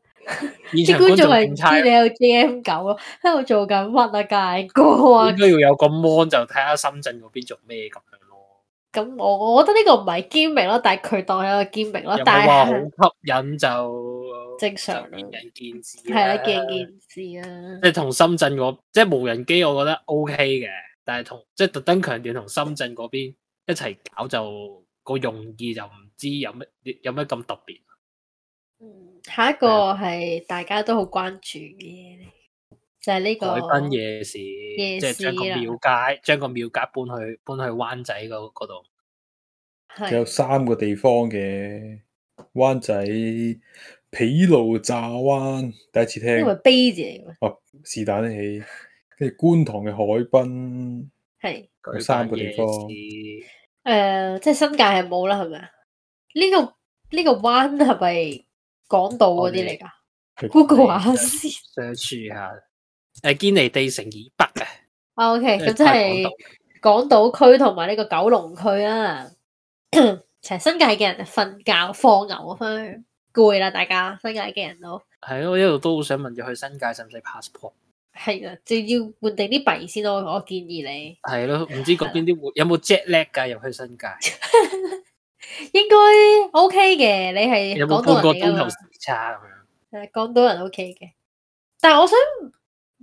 現啲場觀觀眾眾係唔勁差知你有 G M 九咯，喺度做緊乜啊？ [laughs] 界哥啊應！該要有個 mon 就睇下深圳嗰邊做咩咁樣咯。咁我我覺得呢個唔係 gimmick 咯，但係佢當係一個 gimmick 咯有，哦但冇話好係吸引就正常就見仁見智係啦，啦見仁見智啊。即係同深圳嗰即係無人機，我覺得 O K 嘅，但係同即係特登強調同深圳嗰邊一齊搞就個用意就唔知有乜有乜咁特別。嗯下一個係大家都好關注嘅，就係呢海濱個夜市，夜即市啦啊係將個廟街將個廟街搬去搬去灣仔嗰嗰度，佢有係三個地方嘅，灣仔、毗路乍灣，第一次因為聽，杯字嚟嘅，是但起，跟住觀塘嘅海濱，係有三個地方舉辦夜誒、市即係新界係冇啦，係咪啊？呢、個呢、個灣係咪港島嗰啲嚟㗎佢？Google 下 [laughs] 先。 search 下，誒堅尼地城以北嘅，啊，OK，咁即係港係港島島區同埋呢個九龍區啦。 [coughs] 其實新界嘅人瞓覺放牛翻去，攰啦，大家新界嘅人都係咯，一路都好想問要去新界使唔使 passport？係啦，就要換定啲幣先咯。我建議你係咯，啊唔知嗰邊啲會有冇 jet lag 㗎？入去新 [laughs] 界應該 OK 嘅，你係有港冇島半個人嚟鐘㗎頭嘛？時差咁樣？係港島人 OK 嘅，但係我想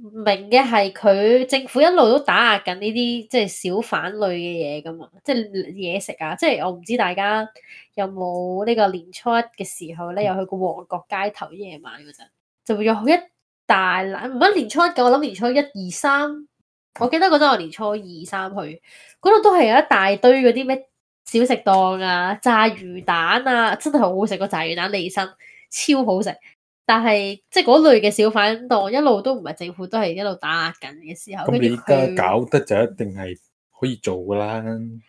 明嘅係佢政府一路都打壓緊呢啲即係小販類嘅嘢噶嘛，即係嘢食啊！即係我唔知大家有冇呢個年初一嘅時候嗯咧，有去過旺角街頭夜晚嗰陣，就會有好一大攬，唔係年初一嘅，我諗年初一二三，我記得嗰陣我年初二三去，嗰度都係有一大堆嗰啲咩小食檔啊、炸魚蛋啊，真係好好食個炸魚蛋利身，超好食。但係即係嗰類嘅小販檔一路都唔係政府都係一路打壓緊嘅時候，咁啊跟你住啊而家佢搞得就一定係可以做噶啦。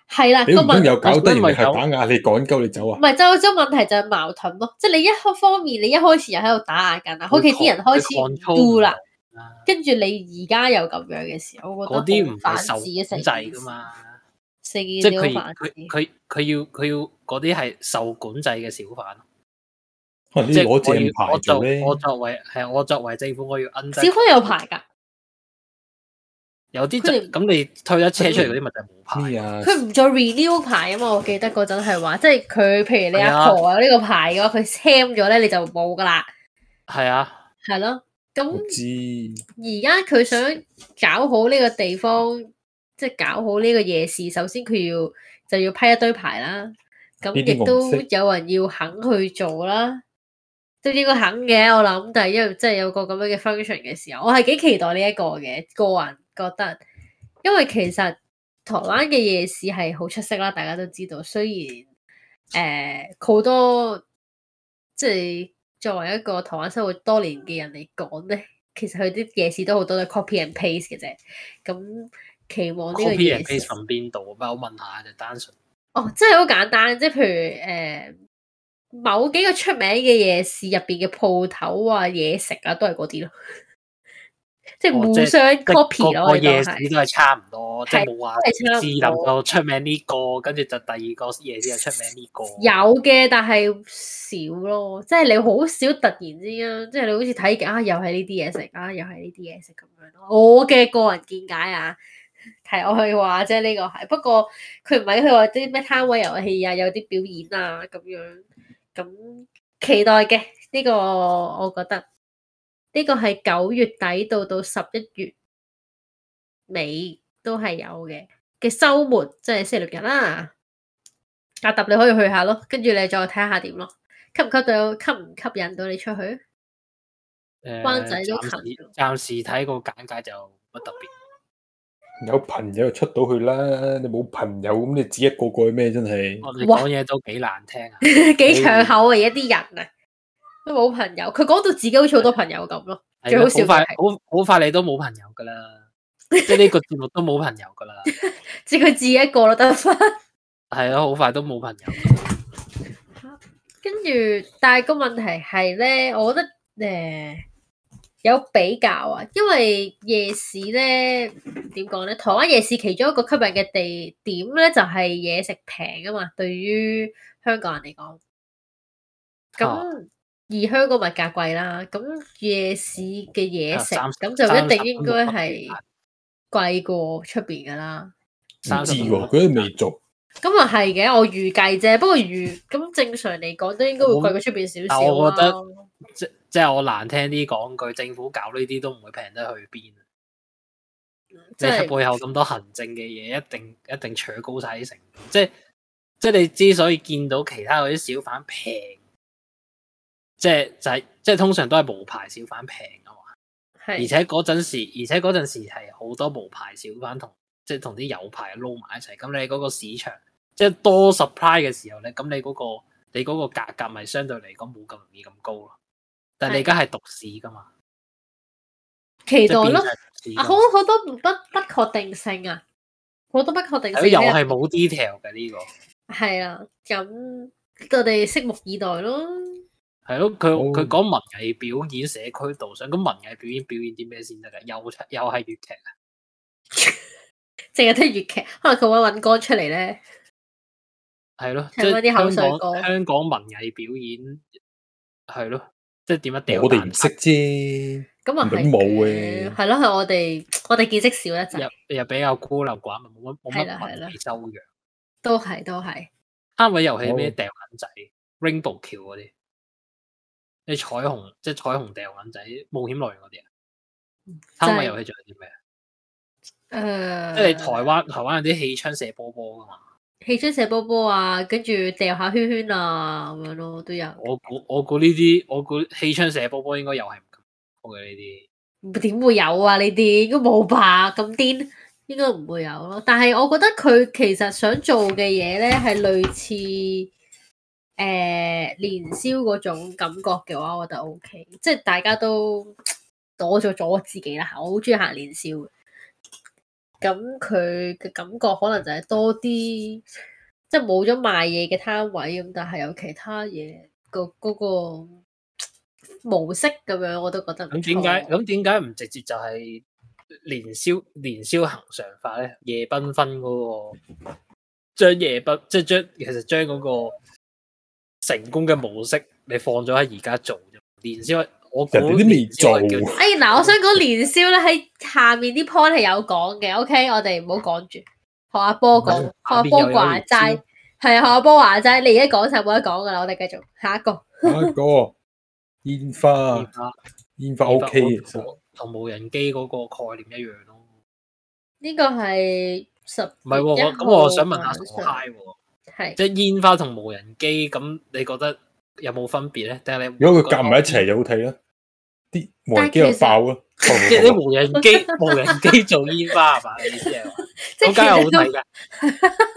係啦，你個唔問通又搞得人因為哋有係打壓你趕鳩你走唔啊？係就係個問題就係矛盾咯，即係你一方面你一開始又喺度打壓緊啦，屋企啲人開始唔 do 啦，跟住你而家又咁樣嘅時候，我覺得啊嗰啲唔好係反受智嘅成管制件噶事，嘛。成件即係事佢好而反佢智。佢佢要佢要嗰啲係受管制嘅小販，可能即啲係攞我要正牌我做作咧，我作為係啊我作為政府，我要 under 小朋有牌㗎，有啲佢哋嗯就咁你推咗車出嚟嗰啲咪就係冇牌，咩啊？佢唔做 renew 牌啊嘛，我記得嗰陣係話，即係佢譬如你係啊阿婆有呢個牌嘅話，佢 sam 咗咧你就冇㗎啦，係啊，係咯。我咁知，而家佢想搞好呢個地方，即係搞好呢個夜市，首先佢要就要批一堆牌啦。咁呢啲亦我唔都識有人要肯去做啦，都應該肯嘅。我諗，但係因為真係有個咁樣嘅 function 嘅時候，我係幾期待呢一個嘅。個人覺得，因為其實台灣嘅夜市係好出色啦，大家都知道。雖然誒好、多即係作為一個台灣生活多年嘅人嚟講咧， [laughs] 其實佢啲夜市都好多都係 copy and paste 嘅啫。咁期望哦呢個 copy 夜 and 市 paste from 邊度？不我問下就單純哦，真係好簡單，即係譬如誒、某幾個出名嘅夜市入邊嘅鋪頭啊、嘢食啊，都係嗰啲咯，即係哦互即係相即係 copy 個咯，個我哋當夜市係都係差唔多，即係係冇話係差唔只多能夠出名呢個，跟住就第二個夜市又出名呢個。有嘅，但係少咯，即係你好少突然之間，即係你好似睇嘅啊，又係呢啲嘢食啊，又係呢啲嘢食咁樣咯。我嘅個人見解啊， [laughs] 係我去話啫，呢個係不過佢唔係佢話啲咩攤位遊戲啊，有啲表演啊咁樣，咁期待嘅呢、個我覺得呢、個係九月底到到十一月尾都係有嘅嘅週末，即係星期六日啦。阿揼你可以去下咯，跟住你再睇下點咯，吸唔吸到，吸唔吸引到你出去？ [laughs] 誒灣仔都暫時近咗暫時睇個簡介就乜特別。有朋友就出到去啦，你冇朋友咁你自己一個個去咩？真係我哋哇講嘢都幾難聽啊！幾長口啊！而家啲人啊，都冇朋友，佢講到自己好似好多朋友咁咯。係最啦好笑嘅快，係好好快你都冇朋友噶啦，即係呢個節目都冇朋友噶啦，即係佢自己一個咯，得翻。係啊，好快都冇朋友。跟住，但係個問題係咧，我覺得誒、呃有比較啊，因為夜市咧點講咧，台灣夜市其中一個吸引嘅地點咧就係、嘢食平啊嘛，對於香港人嚟講，咁、啊而香港物價貴啦，咁夜市嘅嘢食啊咁30就一定應該30係貴過出邊噶啦。唔三知十喎，佢都未做，咁啊係嘅，我預計啫。不過預咁正常嚟講都應該會貴過出邊少啊少但我覺得啦即即係我難聽啲講句，政府搞呢啲都唔會平得去邊。即即係係背後咁多行政嘅嘢，一定一定扯高晒啲成本。即係即係你之所以見到其他嗰啲小販平，即係就係、即係通常都係無牌小販平啊嘛。係而且嗰陣時，而且嗰陣時係好多無牌小販同即係同啲有牌撈埋一齊。咁你嗰個市場即係多 supply 嘅時候咧，咁你嗰、個你嗰個價格咪相對嚟講冇咁容易咁高咯。但係你而家係獨市噶嘛，期即待係變咯曬。獨市啊，㗎好嘛。好多不不確定性啊，好多不確定係咯性又喺係冇 detail 嘅呢、個。入係啊。咁我哋拭目以待咯。係咯，佢好佢講文藝表演、社區導賞，咁文藝表演表演啲咩先得噶？又又係粵劇啊，淨係聽粵劇，可能佢揾揾歌出嚟咧。係咯，即唱翻啲口係水香歌港香港文藝表演係咯，即係點樣掉我哋蛋唔識啫。咁啊係咁冇嘅係咯，係我哋我哋見識少一撻陣，又又比較孤陋寡聞，冇乜冇係啦乜係啦文藝修養。都係都係。攤位遊戲咩好掉銀仔、Rainbow 橋嗰啲，你彩虹即係彩虹掉銀仔、冒險樂園嗰啲啊。攤真係位遊戲仲有啲咩啊？誒，即係你台灣台灣有啲氣槍射波波噶嘛？氣槍射波波啊，跟住掉下圈圈啊，咁樣咯都有。我估我估呢啲，我估氣槍射波波應該又係唔咁好嘅呢啲。點會有啊？呢啲應該冇吧？咁癲應該唔會有咯。但係我覺得佢其實想做嘅嘢咧，係類似誒、呃、年宵嗰種感覺嘅話，我覺得 O、k 即係大家都我做咗我自己啦，我好中意行年宵嘅。咁佢嘅感覺可能就係多啲，即係冇咗賣嘢嘅攤位咁，但係有其他嘢個嗰個模式咁樣，我都覺得唔咁點錯解？咁點解唔直接就係年宵年宵行常法咧？夜繽紛嗰、個將夜繽即係將其實將嗰個成功嘅模式，你放咗喺而家做啫。年宵我估人哋都未年宵係做叫哎，嗱，我想講年宵咧喺下面啲 point 係有講嘅，OK，我哋唔好講住，學阿波講，學下阿邊又波有話年宵齋，係啊，學阿波話齋，你而家講晒冇得講噶啦，我哋繼續下一個。下一個啊煙做花，煙花 O K 其實同無人機嗰個概念一樣咯。呢個係十唔係喎，我咁我想問下傻嗨喎，係即係煙花同無人機，咁你覺得有冇分別咧？定係你如果佢覺得夾埋一齊就好睇啦，啲無人機但係又其實爆啊咯，即係啲無人機 [laughs] 無人機做煙花係嘛？你意思係話？ [laughs] 即咁梗係好係其實睇噶。 [laughs]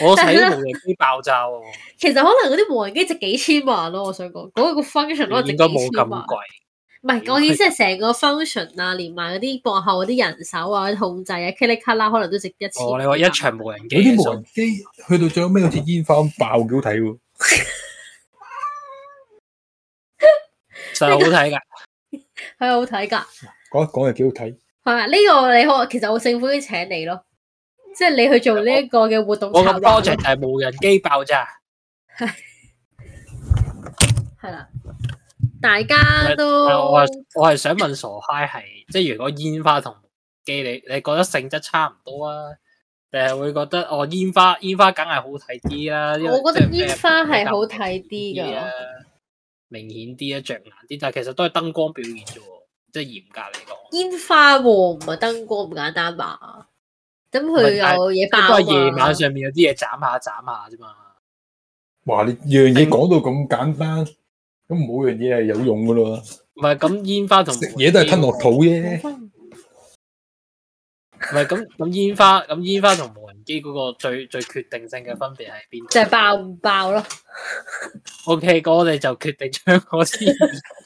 我但係咧睇無人機爆 [laughs] 炸喎，其實可能嗰啲無人機值幾千萬咯，我想講嗰、個 function 可能值應該冇幾咁千萬。貴。唔係我意思係成個 function 啊，連埋嗰啲幕後嗰啲人手啊、嗰啲控制啊、k 哩卡啦，可能都值一千。哦，你話一場無人機嗰啲無嘅人機去到最後尾好似煙花咁爆，幾好睇喎。實好 [laughs] 睇㗎。係啊好睇㗎。講一講又幾好睇，係啊，呢、個你可其實我政府已經請你咯，即係你去做呢一個嘅活動我策個劃咯 project 就係無人機爆炸，係啦，大家都但係我係我係想問傻嗨係，即係如果煙花同無人機，你你覺得性質差唔多啊？定係會覺得哦煙花煙花梗係好睇啲啦？因為我覺得即係煙花係好比較睇啲啊㗎，，明顯啲啊，着眼啲，但係其實都係燈光表現啫喎，即係嚴格嚟講。煙花喎唔係燈光咁簡單吧？咁唔佢係但係有嘢都爆係夜啊嘛晚上面有啲嘢斬下斬下啫嘛。哇！你樣嘢講到咁簡單，咁冇樣嘢係有用噶咯，唔係咁煙花同食嘢都係吞落肚冇啫。分唔係咁咁煙花咁煙花同無人機嗰個最最決定性嘅分別喺邊度？就係爆唔爆咯。 O K，咁我哋就決定將嗰啲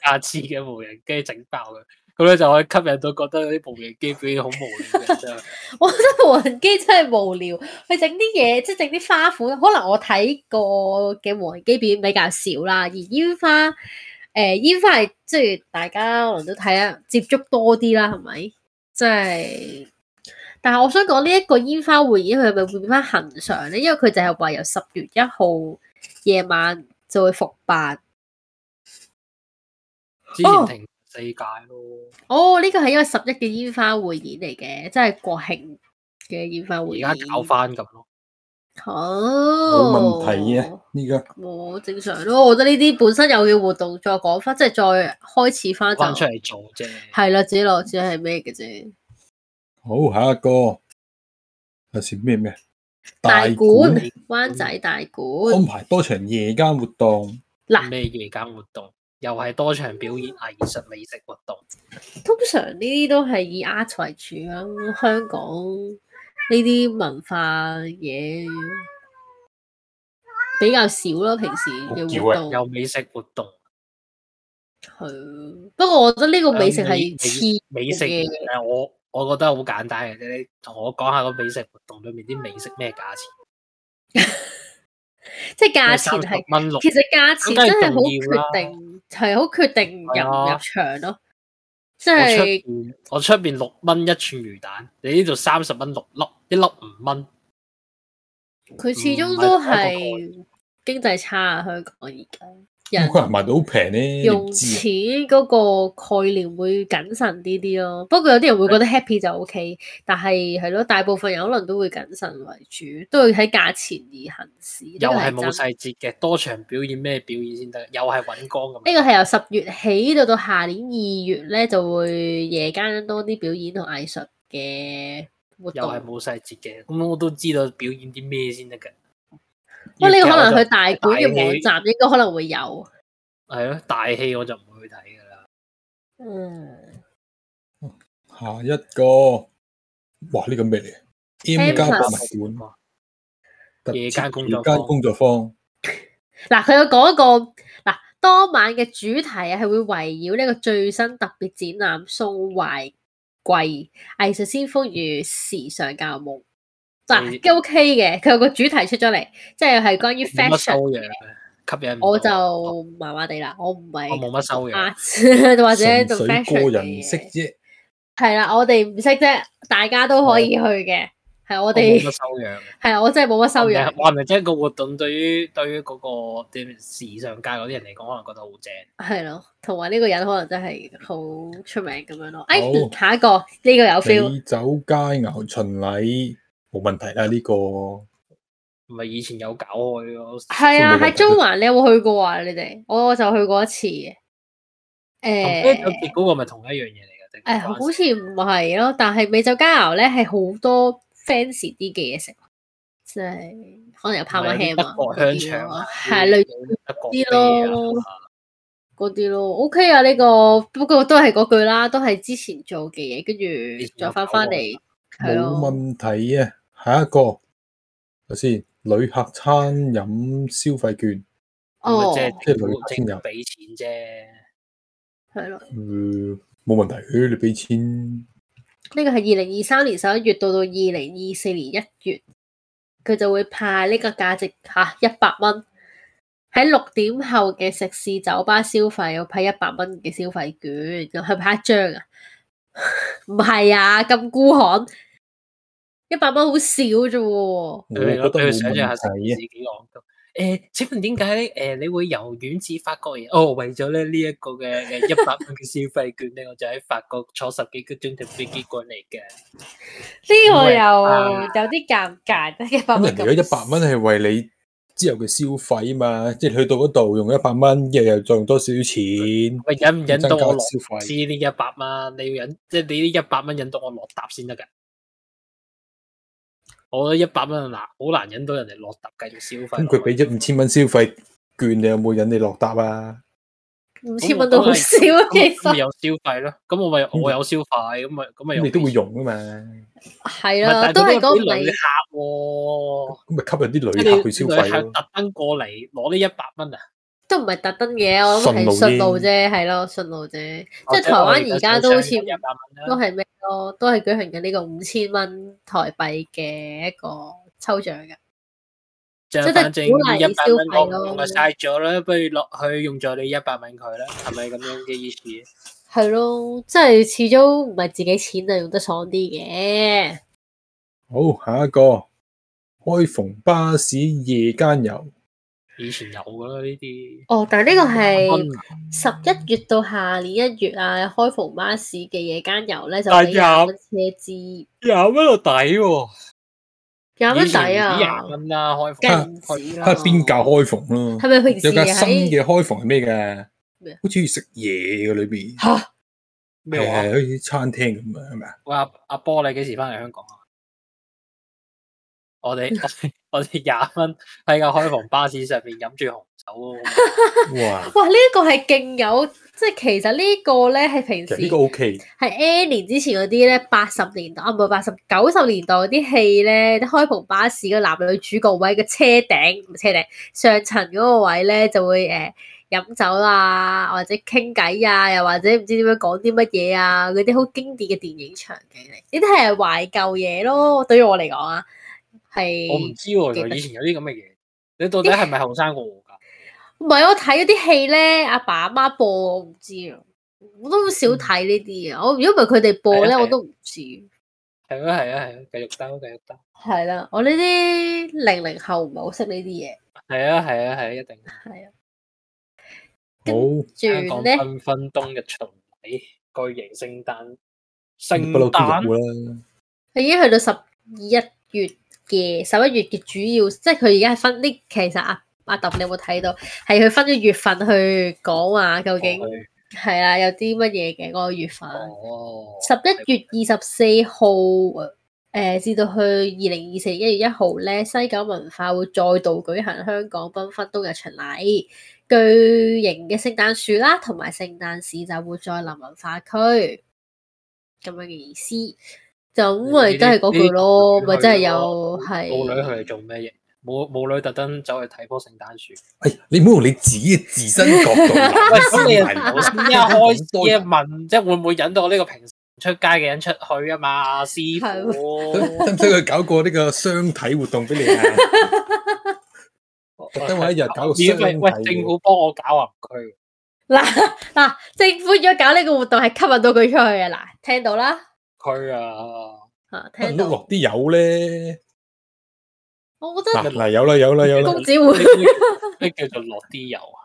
下次嘅無人機整爆佢，咁咧就可以吸引到覺得嗰啲無人機表演好無聊嘅哦人真係。我覺得無人機真係無聊，佢整啲嘢即係整啲花款。可能我睇過嘅無人機表演比較少啦，而煙花誒、呃、煙花係即係大家可能都睇啊，接觸多啲啦，係咪？即係，但係我想講呢一個煙花匯演，佢係咪會變翻恒常咧？因為佢就係話由十月一號夜晚就會復辦。之前停世界咯，哦，呢個係因為十一嘅煙花匯演嚟嘅，即係國慶嘅煙花匯而演。家搞翻咁咯。哦，冇問題啊。呢家冇正常咯，我覺得呢啲本身有嘅活動再講翻，即係再開始翻就翻出嚟做啫，係啦，只落只係咩嘅啫？好下一個，有時咩咩大館館灣仔大館嗯安排多場夜間活動，嗱，咩夜間活動，又係多場表演、藝術、美食活動。通常呢啲都係以 art 為主啦，香港呢啲文化嘢比較少咯，平時嘅活動有美食活動，係。不過我覺得呢個美食美係黐美食嘅誒，我我覺得好簡單嘅啫。你同我講下個美食活動裏面啲美食咩價錢？即係價錢三係十。蚊六，其實價錢咁梗係真係好重要啦決定，係好決定入唔係入啊場咯。即我出係邊我出邊六蚊一串魚蛋，你呢度三十蚊六粒，一粒五蚊。佢始終唔係都同係經濟差啊！香港而家咁人可能賣到好平咧，你唔用知啊錢嗰個概念會謹慎啲啲咯。不過有啲人會覺得 happy 就 OK，但係係咯，大部分人可能都會謹慎為主，都會睇價錢而行事。呢個又係冇真細節嘅，多場表演咩表演先得？又係揾光咁。呢個係由十月起到到下年二月咧，就會夜間多啲表演同藝術嘅活又係動。冇細節嘅，咁我都知道表演啲咩先得嘅。不過呢個可能佢去大館嘅網站應該可能會有。係咯，大戲我就唔會去睇噶啦。嗯啊下一個，哇！呢、個咩嚟？M 加博物館特夜設間工作夜間工作坊，嗱，佢有講一個嗱，當晚嘅主題係會圍繞呢個最新特別展覽《送懷季藝術先鋒與時尚教育嗱，都 OK 嘅，佢有個主題出咗嚟，即係係關於冇乜修 fashion 養嘅，吸引唔到我就啊麻麻地啦，我唔係我冇乜修養， art [laughs] 或者純讀粹 fashion 個嘅人嘢識啫。係啦，我哋唔識啫，大家都可以去嘅。係我我冇乜哋修養。係啊我真係冇乜修養，話唔定即係個活動對於對於嗰、個點時尚界嗰啲人嚟講，可能覺得好正。係咯，同埋呢個人可能真係好出名咁樣咯。哎好，下一個呢個有 feel，你走街牛巡禮冇問題啦，呢、個唔係以前有搞開咯。係啊，都冇喺中環你有冇去過啊？你哋我就去過一次嘅，同誒啤酒。節嗰個咪同一樣嘢嚟嘅。定誒，唔關好事似唔係咯，但係美酒佳肴咧係好多 fancy 啲嘅嘢食，即係可能有泡唔係馬有啲 ham 啊嗰啲德國香腸咯啊，係類有啲德國啲啤啊咯嗰啲咯，OK 啊呢、個，不過都係嗰句啦，都係之前做嘅嘢，跟前住有再啊翻翻嚟，係咯，冇問題啊。下一個頭先旅客餐飲消費券，哦，咁咪啊即係政府即係政女府俾錢啫。係咯，呢、嗯冇、問題。你俾錢個係二零二三年十一月到到二零二四年一月，佢就會派呢個價值嚇一百蚊。喺六點後嘅食肆、酒吧消費，要派一百蚊嘅消費券，又係派一張 [laughs] 啊？唔係啊，咁孤寒，一百蚊好少啫喎。我你覺攞得俾佢冇想象下食問題自啊。己戇鳩。誒、請問點解咧？誒、你會由遠至法國而 [laughs] 哦，為咗咧呢一個嘅嘅一百蚊嘅消費券咧，我就喺法國坐十幾個鐘頭飛機過嚟嘅。呢個又啊有啲尷尬，一百咁蚊人哋嗰一百蚊係為你之後嘅消費啊嘛，即係去到嗰度用一百蚊，日日再用多少少錢，喂，引唔引到我落增加消費知呢一百蚊？你要引，即係你呢一百蚊引到我落搭先得㗎。我覺得一百蚊嗱，好難引到人哋落搭繼續消費咁落去。佢俾咗五千蚊消費券，你有冇引你落搭啊？五千蚊都好少，咁咪，其咁咪實有消費咯。咁我咪我有消費，咁咪咁咪有咁你都會俾用啊嘛，係唔係啦，但都係係佢嗰都個俾旅嚟客喎，咁咪吸引啲即旅客係去消你旅費客咯。特登過嚟攞呢一百蚊啊！都唔係特登嘅，我諗係順順路路啫，係咯，順路啫，即係台灣而家都好似一百蚊都啦，係咩咯，都係舉行緊呢個五千蚊台幣嘅一個抽獎嘅，即即係係反正一鼓百勵消蚊費我唔咯用咪嘥咗啦，不如落去用咗你一百蚊佢啦，係咪咁樣嘅意思？係咯，即係始終唔係自己錢就用得爽啲嘅，好，下一個開逢巴士夜間遊，以前有噶啦呢啲，哦，但係呢個係。嗯十一月到下年一月啊，開逢巴士嘅夜間遊咧就但俾廿蚊車資，廿蚊就抵喎，廿蚊以前抵啊唔止，廿蚊啦，開梗係係唔房開止睇啦。下啊邊架開逢咯。係咪平時有架新喺嘅開逢係咩嘅咩？啊好似食嘢嘅裏邊，嚇？咩話誒？好似餐廳咁啊，係咪啊？喂，阿阿波，你幾時翻嚟香港啊？我哋我哋我哋廿蚊喺架開房巴士上面飲住紅酒喎， [laughs] 哇！哇！呢、一個係勁有，即係其實呢個咧係平其時實呢個 O K，係 N 年之前嗰啲咧，八十年代啊唔係八十九十年代嗰啲戲咧，開篷巴士嘅男女主角位嘅車頂唔係車頂上層嗰個位咧就會誒。呃飲酒啊，或者傾偈啊，又或者唔知點樣講啲乜嘢啊，嗰啲好經典嘅電影場景嚟，呢啲係懷舊嘢咯。對於我嚟講啊，我唔係知喎，記原得來以前有啲咁嘅嘢。你到底係咪後生過我㗎？唔係我睇嗰啲戲咧，阿爸阿媽播我唔知啊，我都好少睇呢啲啊。我如果唔係佢哋播係咧，啊係啊我都唔知。係啊係啊係啊，繼續兜繼續兜。係啦，我呢啲零零後唔係好識呢啲嘢，係啊係啊係啊，一定。係啊。好香住港咧，紛紛冬日巡禮，巨型聖誕聖不嬲誕都有啦。佢已經去到十二一月嘅十一月嘅主要，即係佢而家係分呢。其實阿阿揼你有冇睇到？係佢分咗月份去講話，究竟過去係啦，有啲乜嘢嘅嗰個月份。哦，十一月二十四號，誒、至到去二零二四年一月一號咧，西九文化會再度舉行香港繽紛冬日巡禮，巨型嘅聖誕樹啦，同埋聖誕市集會再臨文化區，咁樣嘅意思。就咁咪都係嗰句咯，咪真係有母女去係嚟做咩嘢？母母女特登走去睇棵聖誕樹。哎，你唔好用你自己嘅自身角度諗喂，咁你先又大佬啊一開始一問，即係會唔會引到我呢個平出街嘅人出去啊嘛，師使傅。 [laughs] 使唔使佢搞個呢個雙體活動俾你啊？特登話一日搞個咦喂喂雙，體政府幫我搞啊佢，嗱嗱，政府如果搞呢個活動係吸引到佢出去嘅，嗱，聽到啦，佢啊，啊，可能聽碌到，落啲油咧。我覺嗱嗱有啦有啦有啦，得公子會 [laughs] 咩叫做落啲油啊？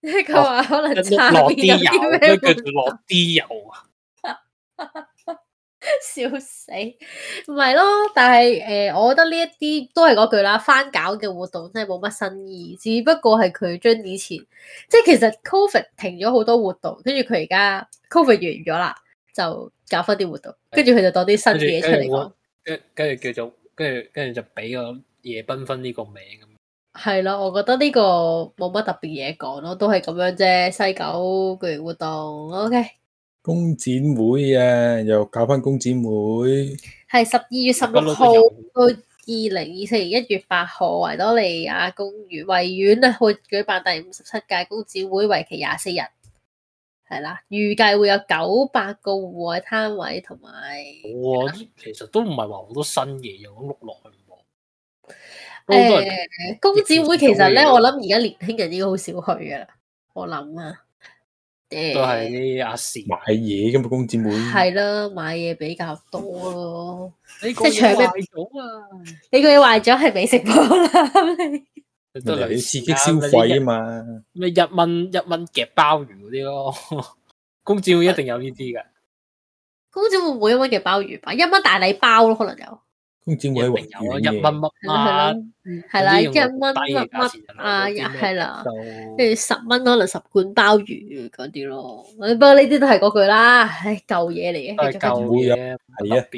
佢話可能差落邊有啲啲油，咩咩叫做落啲油啊？ [laughs] 笑死，唔係咯，但係誒、我覺得呢一啲都係嗰句啦，翻搞嘅活動真係冇乜新意，只不過係佢將以前即係其實 Covid 停咗好多活動，跟住佢而家 Covid 完咗啦，就搞翻啲活動，跟住佢就當啲新跟住嘢出嚟跟住講我，跟跟住叫做跟住跟住就俾個夜繽紛呢個名咁。係咯，我覺得呢個冇乜特別嘢講咯，都係咁樣啫，西九巨型活動，OK，工展會啊，又搞翻工展會。係十二月十不六嬲號都有。到二零二四年一月八號，維多利亞公園維園啊，會舉辦第五十七屆公展會，為期廿四日，係啦，預計會有九百個戶外攤位同埋冇啊，啲其實都唔係話好多新嘢又咁碌落去喎。都好多人誒公展會。其實咧，我諗而家年輕人應該好少去噶啦，我諗啊，誒都係啲阿時，買嘢咁嘛，工展會係啦，買嘢比較多咯。你係長命咗啊！你個嘢壞咗係美食部啦，人都哋要類似刺激啦消費啊嘛。咩一蚊一蚊夾鮑魚嗰啲咯， [laughs] 公照一定有呢啲噶，公展會每一蚊嘅鮑魚吧，一蚊大禮包咯，可能有。工展 [laughs] 一會喺定維有啊！園一蚊乜係啦乜，係啦，啊總之一用蚊低嘅乜價乜錢就啊，攞到啲咩係啦，就跟住十蚊可能十罐鮑魚嗰啲咯。唉不過呢啲都係嗰句啦，唉舊嘢嚟都嘅，係繼續舊跟住嘢，係啊特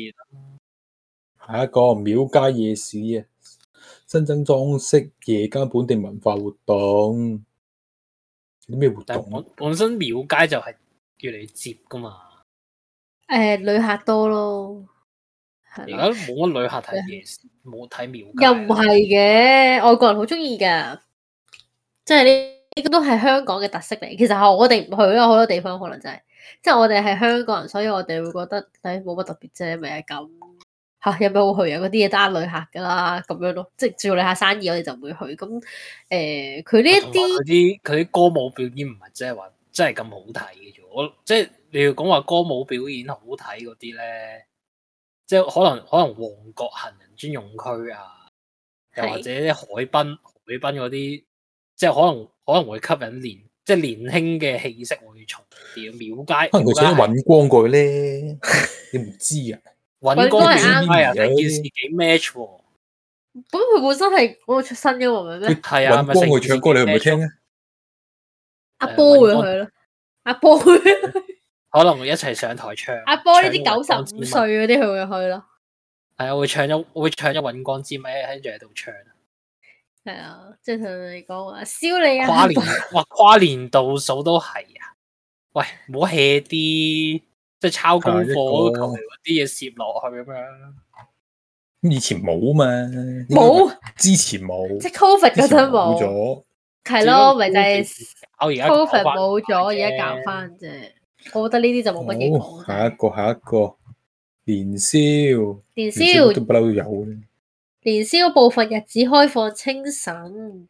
別下一個廟街夜市啊，新增裝飾夜間本地文化活動。有啲咩活但係動？啊本本身廟街就係越嚟越接噶嘛，誒旅客多咯，係而啦家。冇乜旅客睇夜市，冇睇廟街啊。又唔係嘅，外國人好中意㗎，即係呢呢個都係香港嘅特色嚟。其實係我哋唔去啊咯，好多地方可能就係、即係我哋係香港人，所以我哋會覺得誒冇乜特別啫，咪係咁嚇有咩好去啊？嗰啲嘢單旅客㗎啦，咁樣咯，即係做旅客生意，我哋就唔會去。咁誒，佢呢一啲同埋佢啲佢啲歌舞表演唔係真係話真係咁好睇嘅啫。我即係你要講話歌舞表演好睇嗰啲咧，即係可能可能旺角行人專用區啊，又係或者啲海濱海濱嗰啲，即係可能可能會吸引年即係年輕嘅氣息會重啲。廟街可能佢廟請街係揾光過去咧，你唔知啊。揾都歌係廟街啊，啱成件事幾 match 喎。咁佢本身係嗰個出身嘅喎，明咩？係揾啊，咪光成佢件唱事歌，你去幾唔去 match 聽啊？阿誒波會尹去光咯，阿波會去可能會一齊上台唱。阿波呢唱啲咗九尹十光五之吻歲嗰啲佢會去咯。係啊，會唱咗會唱咗尹光之咪喺住喺度唱，啊 [laughs] 系啊，即系同你講話燒你啊！跨年哇跨年倒數都係啊！喂，唔好 hea 啲，即係抄功課下一個求其揾啲嘢攝落去咁樣。咁以前冇啊嘛，冇，之前冇， [laughs] 即系 Covid 之嗰前陣冇冇，咗。係咯，咪就係搞而家搞 Covid 返冇咗，而啫家搞翻啫。我覺得呢啲就冇乜嘢好，啊講下一啦。個下一個年宵。年宵宵都不嬲有咧，年宵部分日子開放清晨，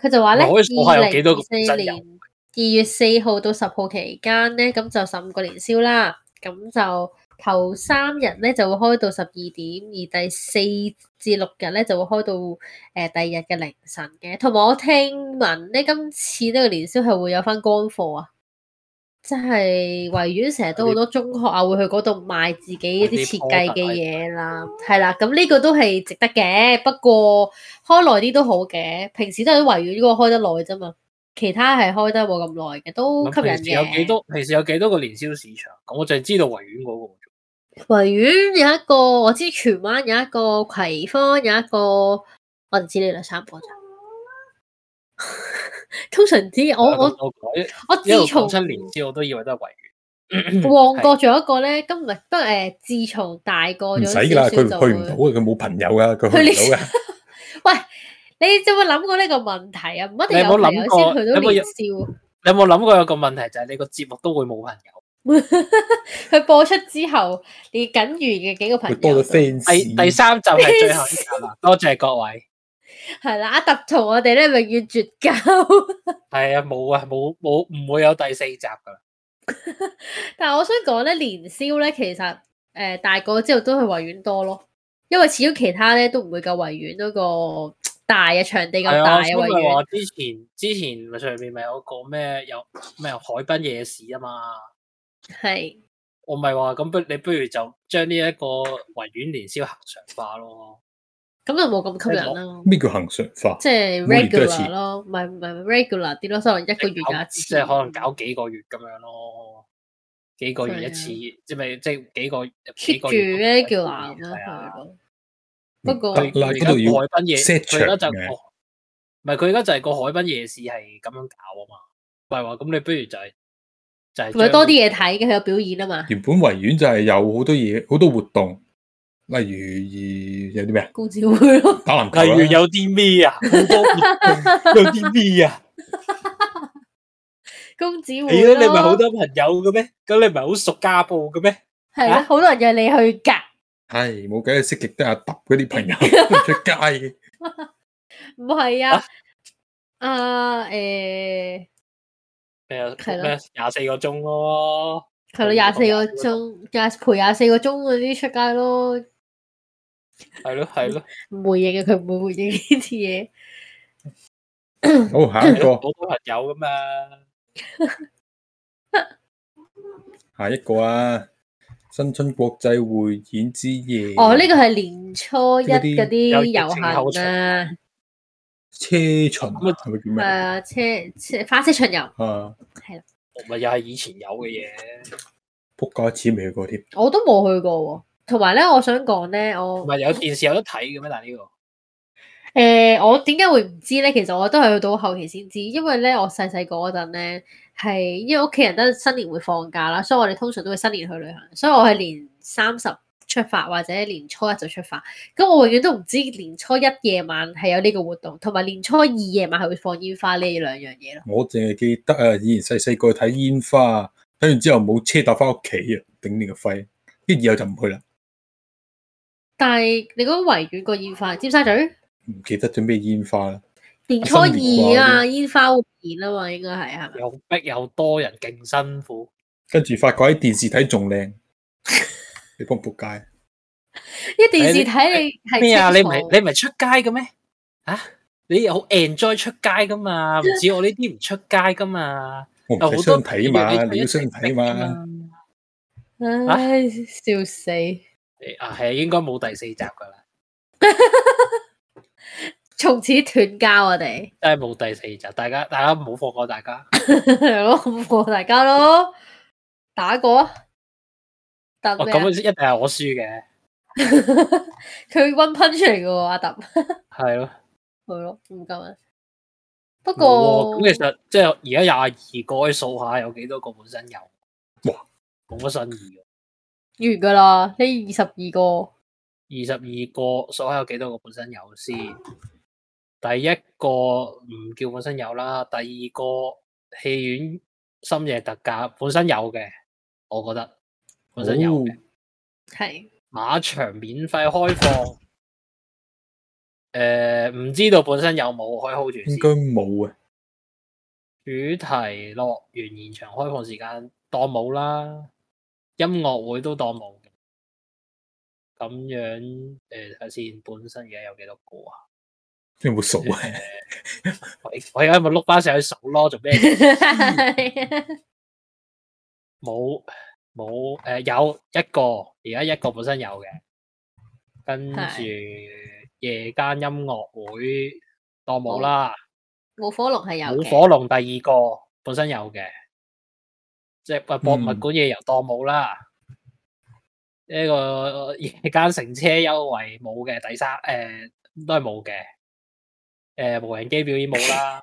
佢就話咧，唔係可以數下二有零幾多二個啊四真有年二月四號到十號期間咧，咁就十五個年宵啦。咁就頭三日咧就會開到十二點，而第四至六日咧就會開到誒、呃第二日嘅凌晨嘅。同埋我聽聞咧，今次呢個年宵係會有翻乾貨啊！即係維園成日都好多中學啊，會去嗰度賣自己一啲設計嘅嘢啦，係啦，咁呢個都係值得嘅。不過開耐啲都好嘅，平時都係維園嗰個開得耐啫嘛，其他係開得冇咁耐嘅，都吸平時引有幾嘅。多？平時有幾多個年宵市場？咁我就係知道維園嗰個啫。維園有一個，我知荃灣有一個，葵芳有一個，我唔知你兩三個咋。 [laughs] 通常啲我我我我一路自從講親年宵，我都以為都係維園。 [clears throat] 旺角仲有一個咧，今日不過誒，自從大個唔咗使噶啦，少少佢就去唔會到嘅，佢冇朋友噶，佢去 [laughs] 去唔到噶。喂，你有冇諗過呢個問題啊？唔一定你有冇朋友諗過先去到有冇年有宵，你有冇諗過有個問題就係你個節目都會冇朋友？佢播出之後，你僅餘嘅幾個朋佢友多咗都 fans。第第三集係最後一集 [laughs] 啦，多謝各位。係啦，阿特同我哋咧永遠絕交。係啊，冇啊，冇冇唔會有第四集噶啦。但係我想講咧，年宵咧其實誒、呃大個之後都去維園多咯，因為始終其他咧都唔會夠維園嗰個大嘅場地咁係大啊，啊所維以咪園。話之前之前咪上面咪有個咩有咩海濱夜市啊嘛。係我咪話咁不你不如就將呢一個維園年宵恒常化咯。咁就冇咁吸引你啦。咩叫恒常化？即係每年都一次 regular 咯，唔係唔係 regular 啲咯，可能一個月有一次，即係可能搞幾個月咁樣咯，幾個月一次，即係咪即係幾個幾啊 keep 個住月咧叫男男咯，係啊係。咯。不過唔得啦，而嗯啊嗰家度要海濱夜， set 佢而場家就嘅個唔係佢而家就係個海濱夜市係咁樣搞啊嘛，唔係話咁你不如就係、就係同埋將多啲嘢睇嘅，佢有表演啊嘛，原本維園就係有好多嘢，好多活動，例如有啲咩啊公子會咯， [laughs] 打籃例球啊如啦有啲咩啊，好多活動有啲咩啊，公子你會咧你咪好咯，多朋友嘅咩？咁你咪好熟家暴嘅咩？係啦，好多人約你去㗎，係冇計，識極都係揼嗰啲朋 [laughs] 友都唔出街嘅。唔係啊，啊誒，咩啊係咯咩廿四個鐘咯，係咯，廿四個鐘，廿陪廿四個鐘嗰啲出街咯，係咯係咯，唔回應嘅，佢唔會回應呢啲嘢。好，下一係咯個，好多朋友噶嘛，下一個啊！新春國際匯演之夜，哦，呢個係年初一嗰有啲疫情遊後行巡啊，車巡係咪叫係咩啊，車車花車巡遊。啊？咪又係以前有嘅嘢，仆街，似未去過添。我都冇去過喎。同埋咧，我想講咧，唔我係有電視有得睇嘅咩？但係呢個誒、呃我點解會唔知咧？其實我都係去到後期先知，因為咧我細細個嗰陣咧係因為屋企人得新年會放假啦，所以我哋通常都會新年去旅行，所以我係年三十出發或者年初一就出發。咁我永遠都唔知年初一夜晚係有呢個活動，同埋年初二夜晚係會放煙花呢兩樣嘢咯。我淨係記得啊，以前細細個去睇煙花，睇完之後冇車搭翻屋企啊，頂你個肺！跟住以後就唔去啦，但係你嗰個維園個煙花，尖沙咀唔記得咗咩煙花啦。年初哦二新年啊，啩煙花匯演啊嘛，應該係係咪？又逼又多人，勁辛苦。跟住發覺喺電視睇仲 [laughs] 靚，你仆唔仆街？一電視睇你係咩啊？你唔清係楚你唔係出街嘅咩？啊，你好 enjoy 出街 [laughs] 噶嘛？唔似我呢啲唔出街噶嘛，我有唔好使多相睇嘛，嘢你要相睇嘛。。唉，笑死！啊，係應該冇第四集噶啦，從此斷交我 [laughs] 哋，真係冇第四集。大家大家唔好放過大家。係咯，咁過大家咯，打過啊，等哇咩啊咁？一定係我輸嘅， [laughs] 佢 one punch 嚟嘅喎，阿揼，係咯。係咯，唔夠啊。不冇喎過咁其實即係而家廿二個，你數下有幾多個本身有？哇，冇乜新意喎。完噶啦，呢二十二個二十二個，數下有幾多個本身有先？第一個唔叫本身有啦，第二個戲院深夜特價本身有嘅，我覺得本身有哦嘅。係馬場免費開放，誒、唔知道本身有冇開 hold 住應先。該冇 [laughs] 啊，主題樂園現場開放時間當冇啦，音樂會都當冇嘅。咁樣呃誒，睇下先，本身而家有幾多個啊？有冇數啊？我我而家咪碌翻上去數咯，做咩？ [laughs] 冇冇誒有一個，而家一個本身有嘅，跟住夜間音樂會當冇啦， [laughs] 冇火龍係有冇嘅，火龍第二個本身有嘅，即係博博物嗯館夜遊當冇啦，呢、個呃夜間乘車優惠冇嘅，第三誒、呃都係冇嘅，誒、無人機表演冇 [laughs] 啦，